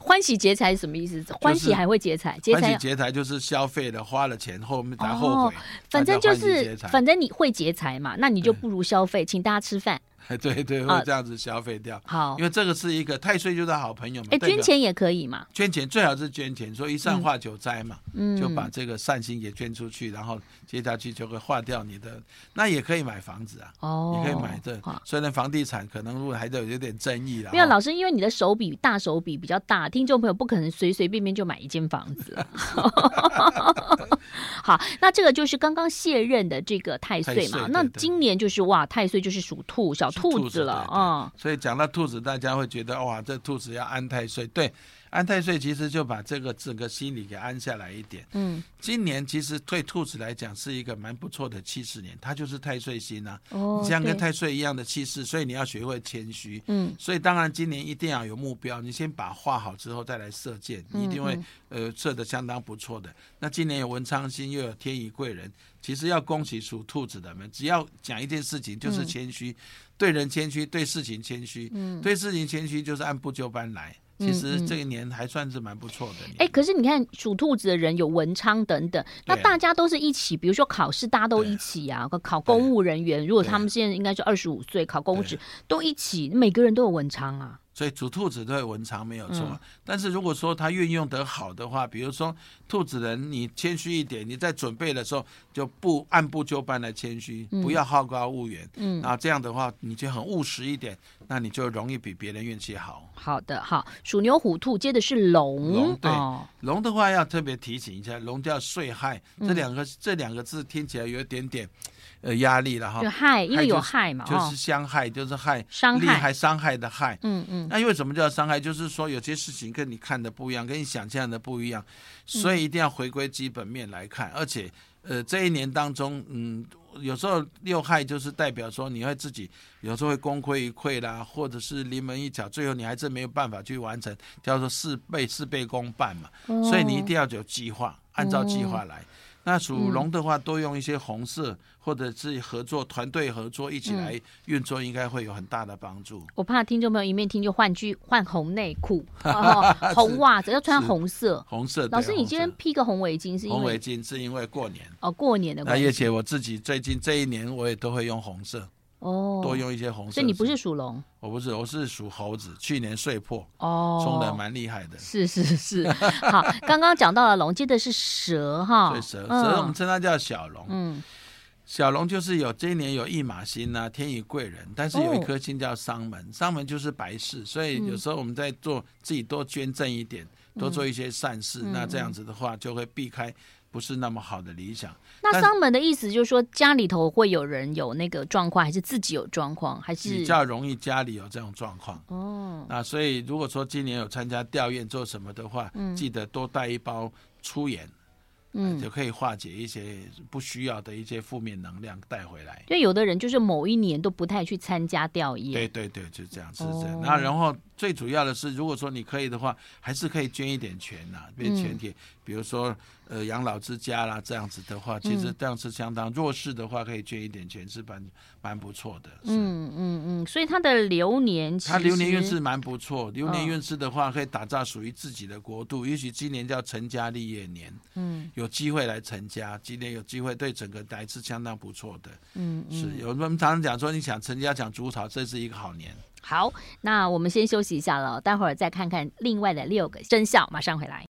Speaker 1: 欢喜劫财是什么意思？欢喜还会劫财，劫
Speaker 2: 欢
Speaker 1: 财哦
Speaker 2: 喜劫财就是消费了，花了钱后面才后悔。
Speaker 1: 反正就
Speaker 2: 才叫欢喜
Speaker 1: 是
Speaker 2: 劫，财
Speaker 1: 反正你会劫财嘛，那你就不如消费，请大家吃饭。
Speaker 2: 对对，
Speaker 1: 啊
Speaker 2: 会这样子消费掉。
Speaker 1: 好
Speaker 2: 因，为这个是一个太岁就是好朋友嘛，
Speaker 1: 哎，
Speaker 2: 代表
Speaker 1: 捐钱也可以嘛。
Speaker 2: 捐钱最好是捐钱，所以一善化九灾嘛，
Speaker 1: 嗯
Speaker 2: 就把这个善心也捐出去，然后接下去就会化掉你的，那也可以买房子啊，
Speaker 1: 哦，
Speaker 2: 也可以买这
Speaker 1: 好，
Speaker 2: 虽然房地产可能还在有点争议了，
Speaker 1: 没有
Speaker 2: 哈
Speaker 1: 老师，因为你的手笔大手笔比较大，听众朋友不可能随随便便就买一间房子 啊。好，那这个就是刚刚卸任的这个太岁嘛。
Speaker 2: 太岁
Speaker 1: 那
Speaker 2: 对对
Speaker 1: 今年就是哇，太岁就是属兔，小
Speaker 2: 是
Speaker 1: 兔子
Speaker 2: 对
Speaker 1: 了
Speaker 2: 对
Speaker 1: 啊。
Speaker 2: 所以讲到兔子，大家会觉得哇，这兔子要安太岁。对，安太岁其实就把这个整个心理给安下来一点。
Speaker 1: 嗯，
Speaker 2: 今年其实对兔子来讲是一个蛮不错的气势年，它就是太岁星啊，
Speaker 1: 哦
Speaker 2: 你，像跟
Speaker 1: 对
Speaker 2: 太岁一样的气势，所以你要学会谦虚。
Speaker 1: 嗯
Speaker 2: 所以当然今年一定要有目标，你先把画好之后再来射箭，
Speaker 1: 嗯
Speaker 2: 你一定会呃射的相当不错的。那今年有文昌星，又有天乙贵人，其实要恭喜属兔子的们，只要讲一件事情就是谦虚，
Speaker 1: 嗯
Speaker 2: 对人谦虚，对事情谦虚，对事情谦虚就是按部就班来。其
Speaker 1: 嗯
Speaker 2: 实这一年还算是蛮不错的年。
Speaker 1: 哎、可是你看属兔子的人有文昌等等，那
Speaker 2: 对啊
Speaker 1: 大家都是一起，比如说考试大家都
Speaker 2: 对啊啊
Speaker 1: 一起啊，考公务人员，如果他们现在应该是二十五岁考公职，都一起，每个人都有文昌啊，
Speaker 2: 所以属兔子对文昌没有错，
Speaker 1: 嗯
Speaker 2: 但是如果说它运用得好的话，比如说兔子人，你谦虚一点，你在准备的时候就不按部就班的谦虚，
Speaker 1: 嗯
Speaker 2: 不要好高骛远，嗯，那这样的话你就很务实一点，那你就容易比别人运气好。
Speaker 1: 好的，好，属牛、虎、兔接的是龙，
Speaker 2: 龙对
Speaker 1: 哦，
Speaker 2: 龙的话要特别提醒一下，龙叫岁亥，
Speaker 1: 嗯
Speaker 2: 这两个、这两个字听起来有一点点呃压力了哈
Speaker 1: 就，亥，因为有
Speaker 2: 就是
Speaker 1: 亥嘛，
Speaker 2: 就是
Speaker 1: 哦，
Speaker 2: 相害，就是害，
Speaker 1: 伤害
Speaker 2: 厉害伤害的害，
Speaker 1: 嗯嗯
Speaker 2: 那因为什么叫伤害？就是说有些事情跟你看的不一样，跟你想象的不一样，所以一定要回归基本面来看。而且，呃，这一年当中，嗯，有时候六害就是代表说你会自己有时候会功亏一篑啦，或者是临门一脚，最后你还是没有办法去完成，叫做事倍事倍功半嘛。
Speaker 1: 哦
Speaker 2: 所以你一定要有计划，按照计划来。那属龙的话，多用一些红色，或者是合作团队合作一起来运作，应该会有很大的帮助。
Speaker 1: 我怕听众朋友一面听就换句换红内 裤，哦、红袜子要穿
Speaker 2: 是
Speaker 1: 红色。
Speaker 2: 红色的。
Speaker 1: 老师，你今天
Speaker 2: 红色
Speaker 1: 披个红围巾是因
Speaker 2: 红围
Speaker 1: 为
Speaker 2: 巾是因为过年，
Speaker 1: 哦过年的
Speaker 2: 那
Speaker 1: 关
Speaker 2: 而
Speaker 1: 系
Speaker 2: 且我自己最近这一年我也都会用红色，
Speaker 1: 哦，
Speaker 2: 多用一些红色。
Speaker 1: 所以你不是？属龙
Speaker 2: 我不是，我是属猴子，去年岁破，
Speaker 1: 哦，
Speaker 2: 冲的蛮厉害的。
Speaker 1: 是是是，好，刚刚讲到了龙，接的是蛇哈，
Speaker 2: 所以蛇，
Speaker 1: 嗯
Speaker 2: 蛇我们称它叫小龙。
Speaker 1: 嗯
Speaker 2: 小龙就是有这一年有驿马星啊，天乙贵人，但是有一
Speaker 1: 哦
Speaker 2: 颗星叫伤门，伤、门就是白事，所以
Speaker 1: 嗯
Speaker 2: 有时候我们在做自己多捐赠一点，多做一些善事，那这
Speaker 1: 嗯
Speaker 2: 样子的话就会避开不是那么好的理想。
Speaker 1: 那
Speaker 2: 但
Speaker 1: 丧门的意思就是说家里头会有人有那个状况，还是自己有状况，还
Speaker 2: 比
Speaker 1: 是
Speaker 2: 较容易家里有这种状况。
Speaker 1: 哦
Speaker 2: 那所以如果说今年有参加吊唁做什么的话，记得多带一包粗盐，
Speaker 1: 嗯
Speaker 2: 呃就可以化解一些不需要的一些负面能量带回来。
Speaker 1: 因为有的人就是某一年都不太去参加吊唁，
Speaker 2: 对对对，就这样，是这
Speaker 1: 哦
Speaker 2: 样。那然后最主要的是，如果说你可以的话，还是可以捐一点钱呐，变
Speaker 1: 嗯
Speaker 2: 钱给，比如说呃养老之家啦这样子的话，其
Speaker 1: 嗯
Speaker 2: 实这样是相当弱势的话，可以捐一点钱是蛮蛮不错的。是
Speaker 1: 嗯嗯嗯，所以他的流年其实，嗯
Speaker 2: 他流年运势蛮不错，流年运势的话，可以打造属于自己的国度。也许今年叫成家立业年，
Speaker 1: 嗯
Speaker 2: 有机会来成家，今年有机会对整个来是相当不错的。
Speaker 1: 嗯嗯，
Speaker 2: 是有我们常常讲说，你想成家想筑巢，这是一个好年。
Speaker 1: 好，那我们先休息一下了，待会儿再看看另外的六个生肖，马上回来。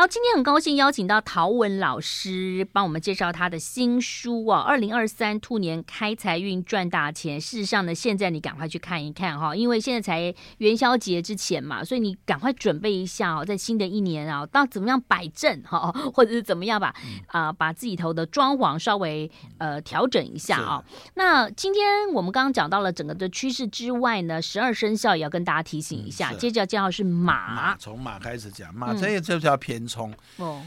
Speaker 1: 好，今天很高兴邀请到陶文老师帮我们介绍他的新书哦，《二零二三兔年开财运赚大钱》。事实上呢，现在你赶快去看一看哈、因为现在才元宵节之前嘛，所以你赶快准备一下哦，在新的一年啊、到怎么样摆正哈、 或者是怎么样把
Speaker 2: 嗯
Speaker 1: 啊、把自己头的装潢稍微呃调整一下啊、那今天我们刚刚讲到了整个的趋势之外呢，十二生肖也要跟大家提醒一下。
Speaker 2: 嗯是
Speaker 1: 接着要介绍是马
Speaker 2: 马从马开始讲，
Speaker 1: 嗯
Speaker 2: 马这就叫偏冲。
Speaker 1: 哦，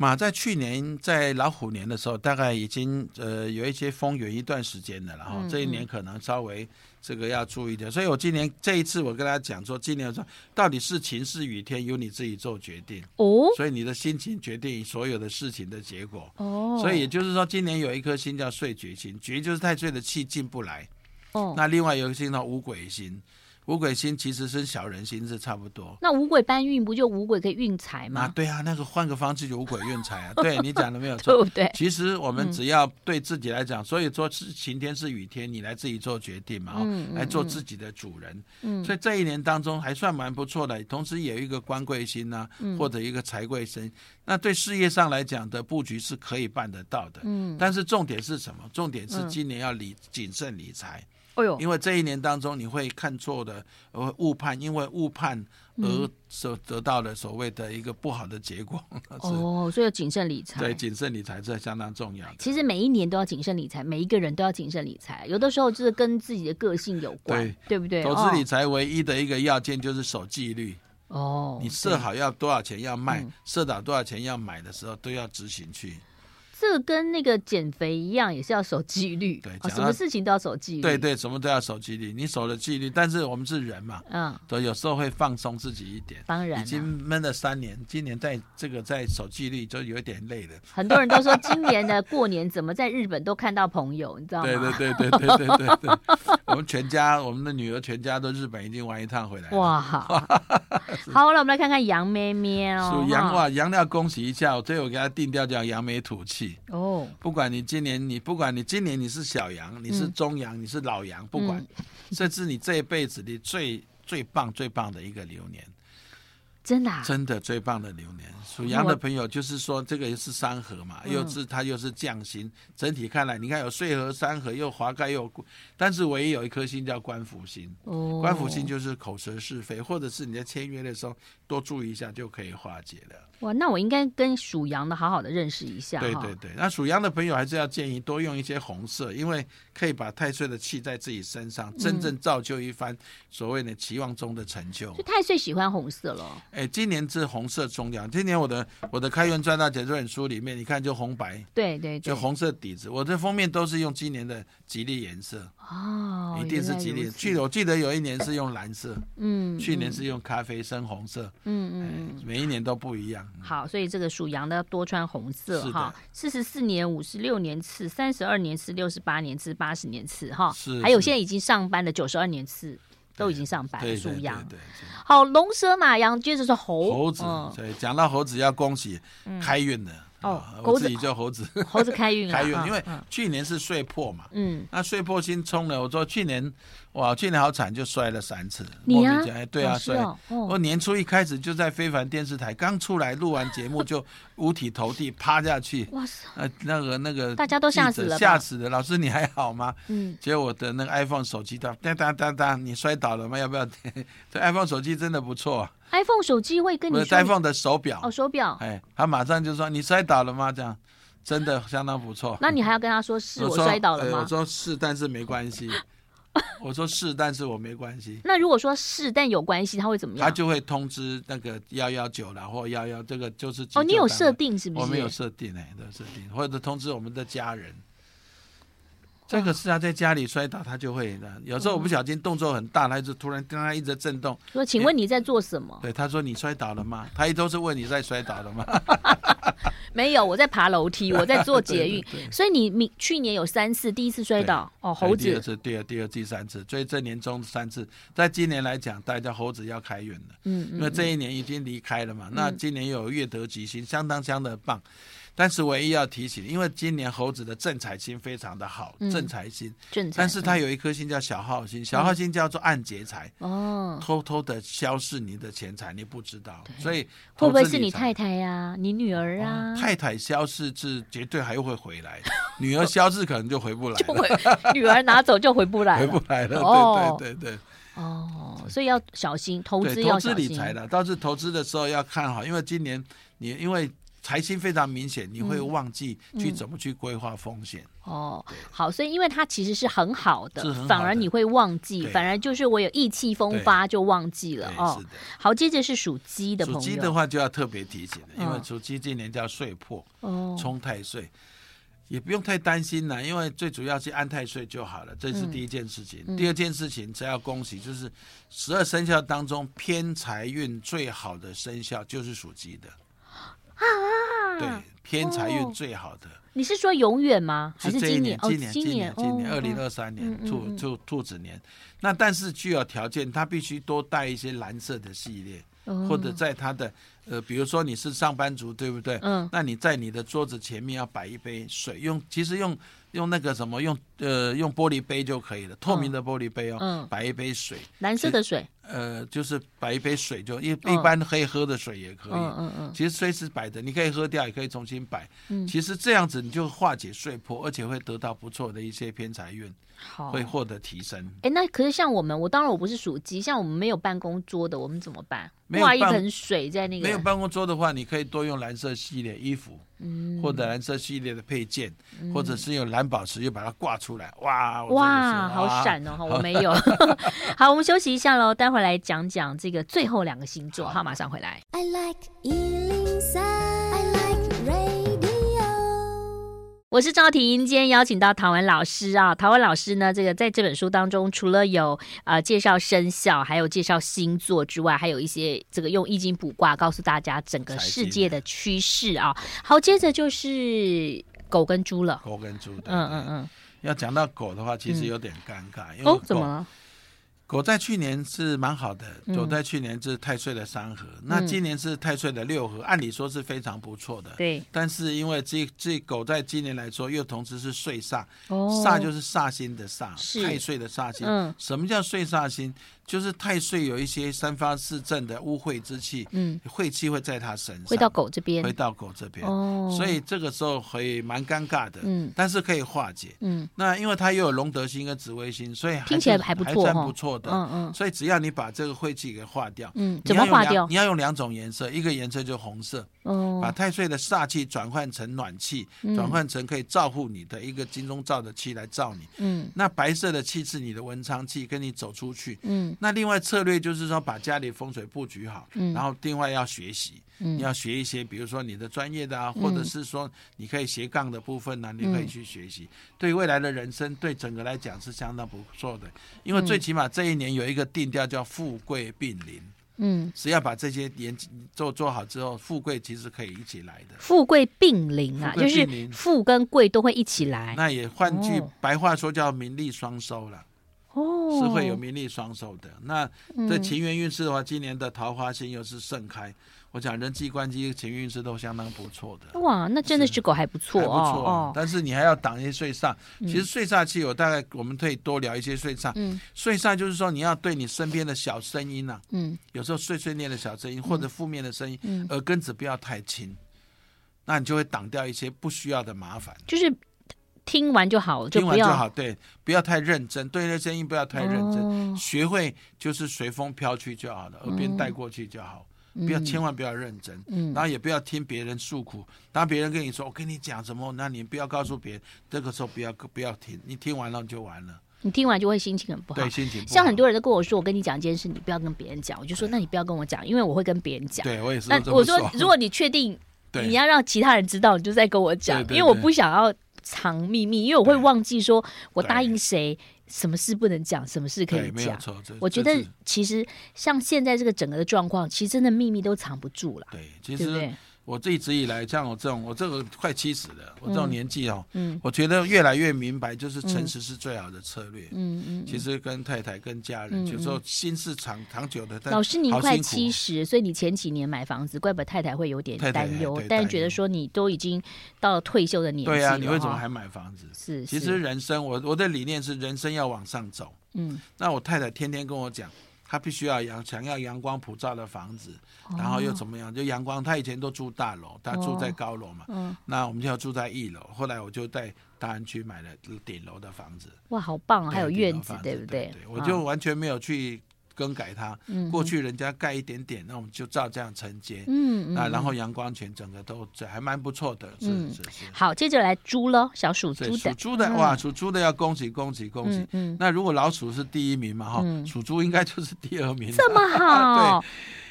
Speaker 2: 马在去年在老虎年的时候，大概已经呃有一些风雨一段时间了，然后
Speaker 1: 嗯
Speaker 2: 这一年可能稍微这个要注意一点。所以我今年这一次我跟大家讲说，今年说到底是晴是雨天，由你自己做决定。
Speaker 1: 哦
Speaker 2: 所以你的心情决定所有的事情的结果。
Speaker 1: 哦，
Speaker 2: 所以也就是说，今年有一颗星叫岁绝星，绝就是太岁的气进不来。
Speaker 1: 哦，
Speaker 2: 那另外有一个星叫五鬼星，五鬼星其实跟小人星是差不多。
Speaker 1: 那五鬼搬运不就五鬼可以运财
Speaker 2: 那
Speaker 1: 吗？
Speaker 2: 对啊，那个换个方式有鬼运财啊。对你讲的没有
Speaker 1: 对
Speaker 2: 错。
Speaker 1: 不 对？
Speaker 2: 其实我
Speaker 1: 嗯
Speaker 2: 们只要对自己来讲，所以说是晴天是雨天，你来自己做决定嘛，哦
Speaker 1: 嗯嗯
Speaker 2: 来做自己的主人。
Speaker 1: 嗯
Speaker 2: 所以这一年当中还算蛮不错的，同时也有一个官贵星呐、
Speaker 1: 嗯
Speaker 2: 或者一个财贵星。那对事业上来讲的布局是可以办得到的。
Speaker 1: 嗯
Speaker 2: 但是重点是什么？重点是今年要理谨慎理财。
Speaker 1: 哎呦，
Speaker 2: 因为这一年当中你会看错的，呃，误判，因为误判
Speaker 1: 嗯
Speaker 2: 而所得到的所谓的一个不好的结果， 是
Speaker 1: 哦，所以要谨慎理财。
Speaker 2: 对谨慎理财是相当重要的。
Speaker 1: 其实每一年都要谨慎理财，每一个人都要谨慎理财。有的时候就是跟自己的个性有关，
Speaker 2: 对
Speaker 1: 不对？
Speaker 2: 投资理财唯一的一个要件就是守纪律，
Speaker 1: 哦，嗯
Speaker 2: 你设好要多少钱要卖，设到多少钱要买的时候都要执行去。
Speaker 1: 这个跟那个减肥一样，也是要守纪律。
Speaker 2: 对
Speaker 1: 哦
Speaker 2: 讲
Speaker 1: 什
Speaker 2: 到
Speaker 1: 么事情都要守纪律。
Speaker 2: 对，对，什么都要守纪律，你守了纪律，但是我们是人嘛，
Speaker 1: 嗯，
Speaker 2: 所以有时候会放松自己一点。
Speaker 1: 当然啊
Speaker 2: 已经闷了三年，今年在这个在守纪律就有点累了。
Speaker 1: 很多人都说今年的过年怎么在日本都看到朋友，你知道吗？
Speaker 2: 对对对对对对对对， 我们全家，我们的女儿全家都日本已经玩一趟回来了。
Speaker 1: 哇， 好，了，我们来看看杨咩咩哦
Speaker 2: 属，羊
Speaker 1: 哈
Speaker 2: 哇，羊料恭喜一下，我最后给它定调叫扬眉吐气。
Speaker 1: 哦，
Speaker 2: 不管你今年你不管你今年你是小羊，你
Speaker 1: 嗯
Speaker 2: 是中羊，你是老羊，不管，甚至你这一辈子你最最棒最棒的一个流年，
Speaker 1: 真的、啊，
Speaker 2: 真的最棒的流年。属羊的朋友就是说，这个是三合嘛，
Speaker 1: 嗯
Speaker 2: 又是它又是降星，整体看来，你看有岁合三合，又华盖又，但是唯一有一颗星叫官福星。
Speaker 1: 哦，
Speaker 2: 官府性就是口舌是非，或者是你在签约的时候多注意一下就可以化解了。
Speaker 1: 哇，那我应该跟属羊的好好的认识一下，
Speaker 2: 对
Speaker 1: 哈
Speaker 2: 对对，那属羊的朋友还是要建议多用一些红色，因为可以把太岁的气在自己身上，
Speaker 1: 嗯
Speaker 2: 真正造就一番所谓的期望中的成就
Speaker 1: 就。太岁喜欢红色了，
Speaker 2: 哎、今年是红色中奖，今年我的我的开源赚大钱这本书里面，你看就红白。
Speaker 1: 对对对，
Speaker 2: 就红色底子，我的封面都是用今年的吉利颜色，
Speaker 1: 哦，
Speaker 2: 一定是
Speaker 1: 原来
Speaker 2: 吉利
Speaker 1: 如。此
Speaker 2: 去我记得有一年是用蓝色，
Speaker 1: 嗯，
Speaker 2: 去年
Speaker 1: 嗯
Speaker 2: 是用咖啡深红色，
Speaker 1: 嗯嗯嗯。
Speaker 2: 嗯，每一年都不一样。
Speaker 1: 好，所以这个属羊的要多穿红色
Speaker 2: 是的
Speaker 1: 哈。四十四年、五十六年次、三十二年次、六十八年次、八十年次哈。
Speaker 2: 是
Speaker 1: 还有
Speaker 2: 是
Speaker 1: 现在已经上班的九十二年次都已经上班了，
Speaker 2: 对
Speaker 1: 属
Speaker 2: 对对
Speaker 1: 羊。
Speaker 2: 对对
Speaker 1: 好，龙蛇马羊，接着是猴
Speaker 2: 猴子
Speaker 1: 嗯，
Speaker 2: 对，讲到猴子要恭喜开运的
Speaker 1: 哦
Speaker 2: 啊
Speaker 1: 猴
Speaker 2: 我
Speaker 1: 子
Speaker 2: 自己叫猴子
Speaker 1: 猴子开运啊，
Speaker 2: 开运
Speaker 1: 嗯，
Speaker 2: 因为
Speaker 1: 嗯
Speaker 2: 去年是岁破嘛，
Speaker 1: 嗯，
Speaker 2: 那岁破星冲了，我说去年哇，去年好惨，就摔了三次，
Speaker 1: 你
Speaker 2: 莫
Speaker 1: 呀
Speaker 2: 名其妙哎，对啊，
Speaker 1: 老师
Speaker 2: 摔。
Speaker 1: 哦哦
Speaker 2: 我年初一开始就在非凡电视台刚出来录完节目就五体投地趴下去，
Speaker 1: 哇塞，
Speaker 2: 呃，那个那个
Speaker 1: 大家都
Speaker 2: 记者
Speaker 1: 吓死了吧
Speaker 2: 吓死了。老师你还好吗？
Speaker 1: 嗯，
Speaker 2: 结果我的那个 iPhone 手机哒哒哒哒哒，你摔倒了吗？要不要？ 这 iPhone 手机真的不错、啊，
Speaker 1: ，iPhone 手机会跟
Speaker 2: 不
Speaker 1: 你
Speaker 2: 是
Speaker 1: 说
Speaker 2: iPhone 的手表
Speaker 1: 哦，手表，
Speaker 2: 哎，他马上就说：“你摔倒了吗？”这样真的相当不错。
Speaker 1: 那你还要跟他说是我
Speaker 2: 说
Speaker 1: 摔倒了
Speaker 2: 呃
Speaker 1: 吗
Speaker 2: 我？说是，但是没关系。 我说是，但是我没关系。
Speaker 1: 那如果说是但有关系，他会怎么样？
Speaker 2: 他就会通知那个幺幺九啦，或幺幺，这个就是急
Speaker 1: 哦，你
Speaker 2: 救
Speaker 1: 有
Speaker 2: 单
Speaker 1: 设
Speaker 2: 位，
Speaker 1: 定是不
Speaker 2: 我
Speaker 1: 是？
Speaker 2: 们有设定哎，有设定，或者通知我们的家人。这个是他在家里摔倒，他就会的。有时候我不小心动作很大，他就突然当他一直震动。
Speaker 1: 说，请问你在做什么？
Speaker 2: 对，他说你摔倒了吗？他一都是问你在摔倒了吗？
Speaker 1: 没有，我在爬楼 梯，我在做捷运
Speaker 2: 对对，对
Speaker 1: 所以你明去年有三次，第一次摔倒哦，猴
Speaker 2: 第二
Speaker 1: 子，
Speaker 2: 次、第二、第二、第三次，所以这年中三次。在今年来讲，大家猴子要开运了，
Speaker 1: 嗯
Speaker 2: 因为这一年已经离开了嘛。那今年又有月德吉星，相当相当的棒。但是唯一要提醒，因为今年猴子的正财星非常的好，正财星，
Speaker 1: 嗯正嗯常。
Speaker 2: 但是它有一颗星叫小耗星，小耗星叫做暗劫财，
Speaker 1: 哦，
Speaker 2: 偷偷的消逝你的钱财，你不知道，所以
Speaker 1: 会不会
Speaker 2: 投资
Speaker 1: 是你
Speaker 2: 理财哦
Speaker 1: 太太呀、你女儿啊？
Speaker 2: 太太消逝是绝对还会回来的，女儿消逝可能就回不来
Speaker 1: 就
Speaker 2: 了，
Speaker 1: 回女儿拿走就回不来
Speaker 2: 回
Speaker 1: 了
Speaker 2: 不来了。
Speaker 1: 哦
Speaker 2: 对对对对。
Speaker 1: 哦，所以要小心投
Speaker 2: 对，
Speaker 1: 资
Speaker 2: 投
Speaker 1: 要
Speaker 2: 资
Speaker 1: 小
Speaker 2: 理
Speaker 1: 心。
Speaker 2: 财的，倒是投资的时候要看好，因为今年你因为财星非常明显，你会忘记
Speaker 1: 嗯
Speaker 2: 去怎么去规划风险。
Speaker 1: 哦，好，所以因为它其实是很好的，
Speaker 2: 是很好的
Speaker 1: 反而你会忘记，
Speaker 2: 对
Speaker 1: 反而就是我有意气风发就忘记了
Speaker 2: 对，
Speaker 1: 哦
Speaker 2: 是。的。
Speaker 1: 好，接着是属鸡的朋
Speaker 2: 属
Speaker 1: 友，
Speaker 2: 鸡的话就要特别提醒了，因为
Speaker 1: 嗯
Speaker 2: 属鸡今年叫岁破，
Speaker 1: 哦，
Speaker 2: 冲太岁。也不用太担心了，因为最主要是安太岁就好了，这是第一件事情。
Speaker 1: 嗯
Speaker 2: 第二件事情，只要恭喜，就是十二生肖当中偏财运最好的生肖就是属鸡的，对，偏财运
Speaker 1: 啊哦
Speaker 2: 最好的。
Speaker 1: 你是说永远吗？还是
Speaker 2: 是这一
Speaker 1: 今
Speaker 2: 年，
Speaker 1: 哦，
Speaker 2: 今年，今
Speaker 1: 年，
Speaker 2: 今年，
Speaker 1: 哦
Speaker 2: 二零
Speaker 1: 哦
Speaker 2: 二三年
Speaker 1: 嗯嗯
Speaker 2: 兔
Speaker 1: 嗯
Speaker 2: 兔兔子年。那但是具有条件，它必须多带一些蓝色的系列，
Speaker 1: 哦
Speaker 2: 或者在它的呃，比如说你是上班族，对不对？
Speaker 1: 嗯
Speaker 2: 那你在你的桌子前面要摆一杯水，用其实用用那个什么用呃，用玻璃杯就可以了，透明的玻璃杯哦，
Speaker 1: 嗯
Speaker 2: 摆一杯水，
Speaker 1: 蓝色的水，
Speaker 2: 呃，就是摆一杯水就一
Speaker 1: 嗯
Speaker 2: 一般可以喝的水也可以。
Speaker 1: 嗯嗯嗯，
Speaker 2: 其实随时摆的，你可以喝掉，也可以重新摆。
Speaker 1: 嗯
Speaker 2: 其实这样子你就化解睡坡，而且会得到不错的一些偏财运，
Speaker 1: 好。
Speaker 2: 会获得提升。
Speaker 1: 哎，那可是像我们，我当然我不是属鸡，像我们没有办公桌的，我们怎么办？
Speaker 2: 没有
Speaker 1: 挂一
Speaker 2: 办
Speaker 1: 盆水在那个，
Speaker 2: 没有办公桌的话，你可以多用蓝色系列衣服，
Speaker 1: 嗯
Speaker 2: 或者蓝色系列的配件，或者是用蓝宝石就把它挂出来。哇
Speaker 1: 哇，好！
Speaker 2: 我真的是啊
Speaker 1: 闪 哦！哈我没有。 好，我们休息一下喽，待会儿来讲讲这个最后两个星座。好，马上回来。
Speaker 3: I like Ealing Sound. I like radio.
Speaker 1: 我是赵婷，今天邀请到陶文老师啊。陶文老师呢，这个在这本书当中，除了有呃介绍生肖，还有介绍星座之外，还有一些这个用易经卜卦告诉大家整个
Speaker 2: 财
Speaker 1: 世
Speaker 2: 经
Speaker 1: 界的趋势啊。好，接着就是狗跟猪了。
Speaker 2: 狗跟猪的，
Speaker 1: 嗯嗯
Speaker 2: 要讲到狗的话，其实有点尴尬，因
Speaker 1: 嗯。
Speaker 2: 为
Speaker 1: 哦
Speaker 2: 狗，
Speaker 1: 怎么了？
Speaker 2: 狗在去年是蛮好的，
Speaker 1: 嗯
Speaker 2: 狗在去年是太岁的三合，那
Speaker 1: 嗯
Speaker 2: 今年是太岁的六合，按理说是非常不错的。
Speaker 1: 对，
Speaker 2: 但是因为这这狗在今年来说，又同时是岁煞，
Speaker 1: 哦，
Speaker 2: 呃煞就是煞星的煞，
Speaker 1: 是
Speaker 2: 太岁的煞星。
Speaker 1: 嗯
Speaker 2: 什么叫岁煞星？就是太岁有一些三方四正的污秽之气，
Speaker 1: 嗯，
Speaker 2: 晦气会在他身上，
Speaker 1: 会到狗这边
Speaker 2: 会到狗这边，
Speaker 1: 哦，
Speaker 2: 所以这个时候会蛮尴尬的，
Speaker 1: 嗯
Speaker 2: 但是可以化解。
Speaker 1: 嗯
Speaker 2: 那因为它又有龙德星跟紫微星，所以还是
Speaker 1: 听起来还不错
Speaker 2: 还
Speaker 1: 哦
Speaker 2: 算不错的。
Speaker 1: 嗯嗯
Speaker 2: 所以只要你把这个晦气给化掉，
Speaker 1: 嗯，
Speaker 2: 你
Speaker 1: 怎
Speaker 2: 要
Speaker 1: 么
Speaker 2: 用
Speaker 1: 化
Speaker 2: 两
Speaker 1: 掉
Speaker 2: 你？要用两种颜色，一个颜色就红色，
Speaker 1: 哦，
Speaker 2: 把太岁的煞气转换成暖气，
Speaker 1: 嗯
Speaker 2: 转换成可以照护你的一个金钟罩的气来照你。
Speaker 1: 嗯
Speaker 2: 那白色的气是你的文昌气，跟你走出去。
Speaker 1: 嗯
Speaker 2: 那另外策略就是说，把家里风水布局好，
Speaker 1: 嗯
Speaker 2: 然后另外要学习，
Speaker 1: 嗯
Speaker 2: 你要学一些，比如说你的专业的啊，或者是说你可以斜杠的部分呢、啊
Speaker 1: 嗯
Speaker 2: 你可以去学习，对未来的人生，对整个来讲是相当不错的。因
Speaker 1: 嗯
Speaker 2: 为最起码这一年有一个定调叫“富贵并临
Speaker 1: 嗯”，，
Speaker 2: 只要把这些研做做好之后，富贵其实可以一起来的。
Speaker 1: 富贵并临啊，
Speaker 2: 富
Speaker 1: 就
Speaker 2: 贵
Speaker 1: 是
Speaker 2: 并临
Speaker 1: 富跟贵都会一起来
Speaker 2: 那也换句
Speaker 1: 哦
Speaker 2: 白话说叫名利双收了，
Speaker 1: 哦，
Speaker 2: 是会有名利双收的。那这
Speaker 1: 嗯
Speaker 2: 情缘运势的话，今年的桃花星又是盛开，我讲人际关系、情缘运势都相当不错的。
Speaker 1: 哇，那真的是狗还不错
Speaker 2: 还不错、
Speaker 1: 哦
Speaker 2: 啊
Speaker 1: 哦，
Speaker 2: 但是你还要挡一些税煞。其实税煞气，我大概我们可以多聊一些税煞。
Speaker 1: 嗯
Speaker 2: 税煞就是说，你要对你身边的小声音啊，
Speaker 1: 嗯
Speaker 2: 有时候碎碎念的小声音或者负面的声音，
Speaker 1: 嗯，
Speaker 2: 耳根子不要太轻，那你就会挡掉一些不需要的麻烦。
Speaker 1: 就是听完就好，
Speaker 2: 听
Speaker 1: 不
Speaker 2: 完就
Speaker 1: 要
Speaker 2: 好，对，不要太认真，对那声音不要太认真，
Speaker 1: 哦
Speaker 2: 学会就是随风飘去就好了，耳边带过去就好，不要千万不要认真，
Speaker 1: 嗯
Speaker 2: 然后也不要听别人诉苦。当别人跟你说我跟你讲什么，那你不要告诉别人，这个时候不要不要听，你听完了就完了，
Speaker 1: 你听完就会心情很不好
Speaker 2: 对，。心情不好
Speaker 1: 像很多人都跟我说，我跟你讲一件事，你不要跟别人讲。我就说，那你不要跟我讲，因为我会跟别人讲。
Speaker 2: 对我也是
Speaker 1: 那
Speaker 2: 这
Speaker 1: 我
Speaker 2: 么
Speaker 1: 说
Speaker 2: 说，，
Speaker 1: 如果你确定
Speaker 2: 对
Speaker 1: 你要让其他人知道，你就在跟我讲，
Speaker 2: 对对
Speaker 1: 因为我
Speaker 2: 对
Speaker 1: 不想要藏秘密，因为我会
Speaker 2: 对
Speaker 1: 忘记说我答应谁，什么事不能讲，什么事可以
Speaker 2: 对没有
Speaker 1: 讲。
Speaker 2: 错，这
Speaker 1: 我觉
Speaker 2: 这
Speaker 1: 得
Speaker 2: 是
Speaker 1: 其实像现在这个整个的状况，其实真的秘密都藏不住了，
Speaker 2: 对，其
Speaker 1: 对不
Speaker 2: 实
Speaker 1: 对？
Speaker 2: 我一直以来，像我这种我这个快七十了，我这种
Speaker 1: 嗯
Speaker 2: 年纪哦，
Speaker 1: 嗯
Speaker 2: 我觉得越来越明白，就是诚实是最好的策略。
Speaker 1: 嗯嗯。
Speaker 2: 其实跟太太、跟家人，
Speaker 1: 嗯
Speaker 2: 有时候心是长长久的，但
Speaker 1: 老师，您
Speaker 2: 好
Speaker 1: 快
Speaker 2: 辛苦
Speaker 1: 七十，所以你前几年买房子，怪不得太太会有点
Speaker 2: 太太
Speaker 1: 担忧
Speaker 2: 对，
Speaker 1: 但是
Speaker 2: 担
Speaker 1: 觉得
Speaker 2: 忧
Speaker 1: 说你都已经到了退休的年纪
Speaker 2: 对
Speaker 1: 了
Speaker 2: 啊，
Speaker 1: 哈，
Speaker 2: 你为什么还买房子？
Speaker 1: 是？
Speaker 2: 其实
Speaker 1: 是
Speaker 2: 人生，我我的理念是人生要往上走。
Speaker 1: 嗯，
Speaker 2: 那我太太天天跟我讲，她必须要阳想要阳光普照的房子，
Speaker 1: 哦
Speaker 2: 然后又怎么样？就阳光，她以前都住大楼，她住在高楼嘛。
Speaker 1: 嗯，
Speaker 2: 那我们就要住在一楼，后来我就在大安区买了顶楼的房子，
Speaker 1: 哇，好棒啊，还有
Speaker 2: 对顶楼
Speaker 1: 院子
Speaker 2: 房，
Speaker 1: 不
Speaker 2: 对？我
Speaker 1: 啊
Speaker 2: 就完全没有去更改它。
Speaker 1: 嗯
Speaker 2: 过去人家盖一点点，那我们就照这样承接。
Speaker 1: 嗯嗯，
Speaker 2: 那然
Speaker 1: 嗯
Speaker 2: 后阳光泉整个都这还蛮不错的，是
Speaker 1: 嗯
Speaker 2: 是是。
Speaker 1: 好，接着来猪喽，小属
Speaker 2: 对
Speaker 1: 猪
Speaker 2: 属
Speaker 1: 的，
Speaker 2: 猪的哇，属猪的要恭喜恭喜恭喜
Speaker 1: 嗯！嗯，
Speaker 2: 那如果老鼠是第一名嘛哈，
Speaker 1: 嗯
Speaker 2: 属猪应该就是第二名了。
Speaker 1: 这 么好，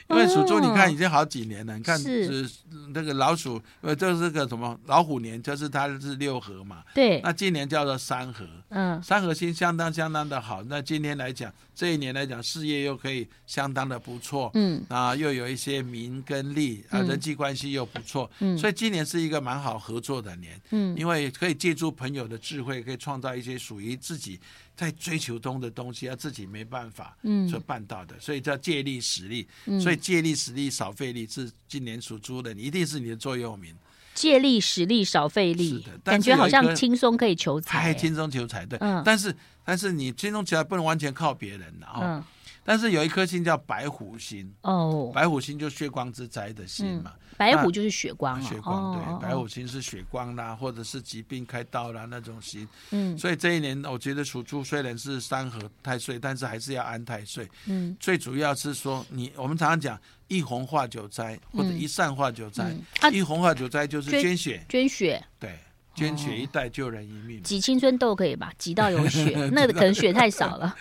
Speaker 2: 因为属猪你看
Speaker 1: 哦
Speaker 2: 已经好几年了，你看
Speaker 1: 是
Speaker 2: 是那个老鼠呃，就是个什么老虎年，就是它是六合嘛，
Speaker 1: 对，
Speaker 2: 那今年叫做三合。
Speaker 1: 嗯
Speaker 2: 三合星相当相当的好，那今天来讲，这一年来讲，事业又可以相当的不错，
Speaker 1: 嗯
Speaker 2: 啊，又有一些名跟利啊，
Speaker 1: 嗯
Speaker 2: 人际关系又不错，
Speaker 1: 嗯
Speaker 2: 所以今年是一个蛮好合作的年，
Speaker 1: 嗯，
Speaker 2: 因为可以借助朋友的智慧，可以创造一些属于自己在追求中的东西，而自己没办法
Speaker 1: 嗯
Speaker 2: 所办到的，所以叫借力使力。
Speaker 1: 嗯
Speaker 2: 所以借力使力少费力是今年属猪的，你一定是你的座右铭。
Speaker 1: 借力使力少费
Speaker 2: 是
Speaker 1: 力
Speaker 2: 的，但
Speaker 1: 感
Speaker 2: 是
Speaker 1: 觉
Speaker 2: 有
Speaker 1: 好
Speaker 2: 一
Speaker 1: 像
Speaker 2: 个哎
Speaker 1: 轻松可以求财
Speaker 2: 还
Speaker 1: 欸。
Speaker 2: 轻松求财对
Speaker 1: 嗯，
Speaker 2: 但是但是你轻松求财不能完全靠别人了哦。
Speaker 1: 嗯，
Speaker 2: 但是有一颗星叫白虎星，
Speaker 1: 哦，
Speaker 2: 白虎星就血光之灾的星嘛，
Speaker 1: 白
Speaker 2: 那
Speaker 1: 虎就是血光了，
Speaker 2: 血光
Speaker 1: 嗯哦
Speaker 2: 对，白，虎星是血光啦，或者是疾病开刀啦那种星。
Speaker 1: 嗯
Speaker 2: 所以这一年我觉得属猪虽然是三合太岁，但是还是要安太岁。
Speaker 1: 嗯
Speaker 2: 最主要是说你，我们常常讲一红化九灾，或者一善化九灾
Speaker 1: 嗯。啊哦
Speaker 2: 一红化九灾就是
Speaker 1: 捐
Speaker 2: 捐血，
Speaker 1: 捐血
Speaker 2: 对，捐血一代救人一命嘛。
Speaker 1: 挤青春痘可以吧？挤到 有血，那可能血太少了。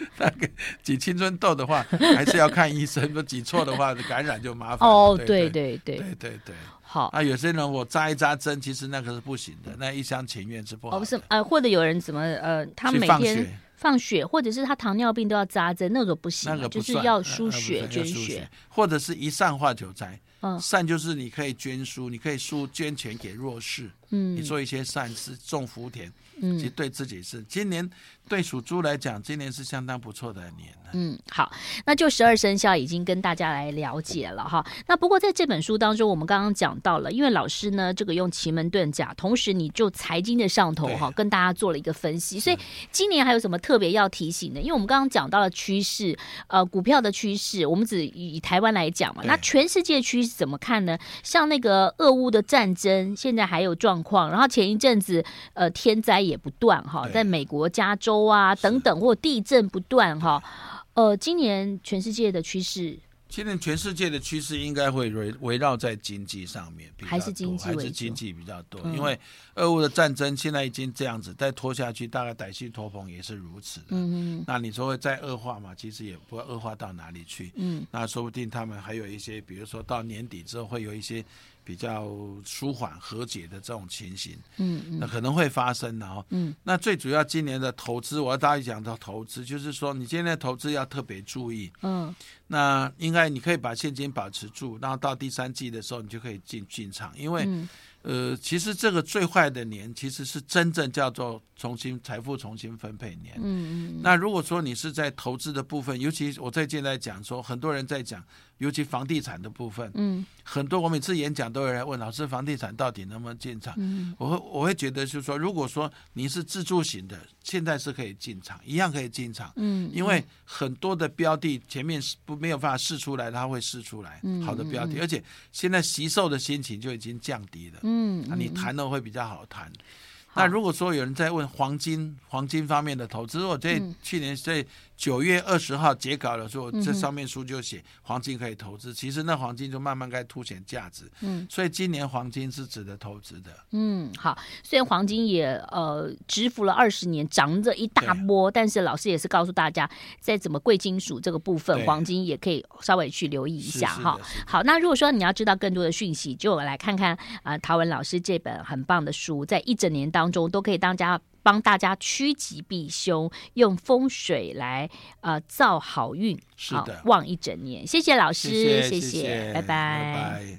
Speaker 2: 挤青春痘的话，还是要看医生。说 挤错的话，感染就麻烦了。
Speaker 1: 哦，
Speaker 2: 对
Speaker 1: 对对对，
Speaker 2: 对对对。
Speaker 1: 好。
Speaker 2: 啊，有些人我扎一扎针，其实那个是不行的，那一厢情愿是不好
Speaker 1: 哦，不
Speaker 2: 的。
Speaker 1: 是，呃，或者有人怎么，呃，他
Speaker 2: 去
Speaker 1: 每
Speaker 2: 放
Speaker 1: 天
Speaker 2: 血
Speaker 1: 放血，或者是他糖尿病都要扎针，那个不行
Speaker 2: 那
Speaker 1: 啊，
Speaker 2: 个
Speaker 1: 就
Speaker 2: 不
Speaker 1: 是
Speaker 2: 算
Speaker 1: 要
Speaker 2: 那
Speaker 1: 输
Speaker 2: 那不
Speaker 1: 血
Speaker 2: 算
Speaker 1: 捐
Speaker 2: 要输
Speaker 1: 血。，
Speaker 2: 或者是一善化九灾。
Speaker 1: 嗯
Speaker 2: 善就是你可以捐书，你可以书捐钱给弱势，你
Speaker 1: 嗯
Speaker 2: 做一些善事，种福田，其实
Speaker 1: 嗯
Speaker 2: 对自己是。今年对属猪来讲，今年是相当不错的年了。
Speaker 1: 嗯，好，那就十二生肖已经跟大家来了解了哈。那不过在这本书当中，我们刚刚讲到了，因为老师呢这个用奇门遁甲，同时你就财经的上头
Speaker 2: 对
Speaker 1: 哈，跟大家做了一个分析。所以今年还有什么特别要提醒的？因为我们刚刚讲到了趋势，呃，股票的趋势，我们只以台湾来讲嘛，
Speaker 2: 对
Speaker 1: 那全世界趋势怎么看呢？像那个俄乌的战争，现在还有状况，然后前一阵子呃天灾也不断哈，
Speaker 2: 对
Speaker 1: 在美国加州啊等等，或地震不断哈，呃，今年全世界的趋势
Speaker 2: 今年全世界的趋势应该会围围绕在经济上面比较多，
Speaker 1: 还是经济
Speaker 2: 还
Speaker 1: 为
Speaker 2: 是
Speaker 1: 主
Speaker 2: 经济比较多。
Speaker 1: 嗯
Speaker 2: 因为俄乌的战争现在已经这样子，再拖下去，大概歹戏拖棚也是如此的。
Speaker 1: 嗯
Speaker 2: 那你说会再恶化嘛？其实也不会恶化到哪里去。
Speaker 1: 嗯
Speaker 2: 那说不定他们还有一些，比如说到年底之后会有一些比较舒缓和解的这种情形，
Speaker 1: 嗯嗯
Speaker 2: 那可能会发生的哦。
Speaker 1: 嗯，
Speaker 2: 那最主要今年的投资，我要大家讲到投资，就是说你今天的投资要特别注意。
Speaker 1: 嗯
Speaker 2: 那应该你可以把现金保持住，然后到第三季的时候你就可以进进场，因为、
Speaker 1: 嗯
Speaker 2: 呃，其实这个最坏的年其实是真正叫做重新财富重新分配年。
Speaker 1: 嗯嗯
Speaker 2: 那如果说你是在投资的部分，尤其我最近在讲说，很多人在讲，尤其房地产的部分，
Speaker 1: 嗯
Speaker 2: 很多我每次演讲都有人来问老师，房地产到底能不能进场？
Speaker 1: 嗯
Speaker 2: 我会我会觉得就是说，如果说你是自住型的，现在是可以进场，一样可以进场，
Speaker 1: 嗯，
Speaker 2: 因为很多的标的前面是不没有办法试出来，它会试出来
Speaker 1: 嗯
Speaker 2: 好的标的，而且现在惜售的心情就已经降低了，
Speaker 1: 嗯
Speaker 2: 啊
Speaker 1: 嗯
Speaker 2: 你谈了会比较好谈。那如果说有人在问黄金、黄金方面的投资，我
Speaker 1: 嗯
Speaker 2: 在去年在九月二十号截稿的时候，这上面书就写黄金可以投资，其实那黄金就慢慢该凸显价值，
Speaker 1: 嗯，
Speaker 2: 所以今年黄金是值得投资的。
Speaker 1: 嗯，好。虽然黄金也呃直服了二十年，涨着一大波，但是老师也是告诉大家，在怎么贵金属这个部分，
Speaker 2: 对
Speaker 1: 黄金也可以稍微去留意一
Speaker 2: 是
Speaker 1: 下
Speaker 2: 是
Speaker 1: 哈
Speaker 2: 的是。
Speaker 1: 好，那如果说你要知道更多的讯息，就来看看啊、呃陶文老师这本很棒的书，在一整年当中都可以当家。帮大家趋吉避凶，用风水来呃造好运，
Speaker 2: 是
Speaker 1: 好
Speaker 2: 的
Speaker 1: 旺一整年。谢谢老师，
Speaker 2: 谢
Speaker 1: 谢
Speaker 2: 谢，谢
Speaker 1: 拜
Speaker 2: 拜拜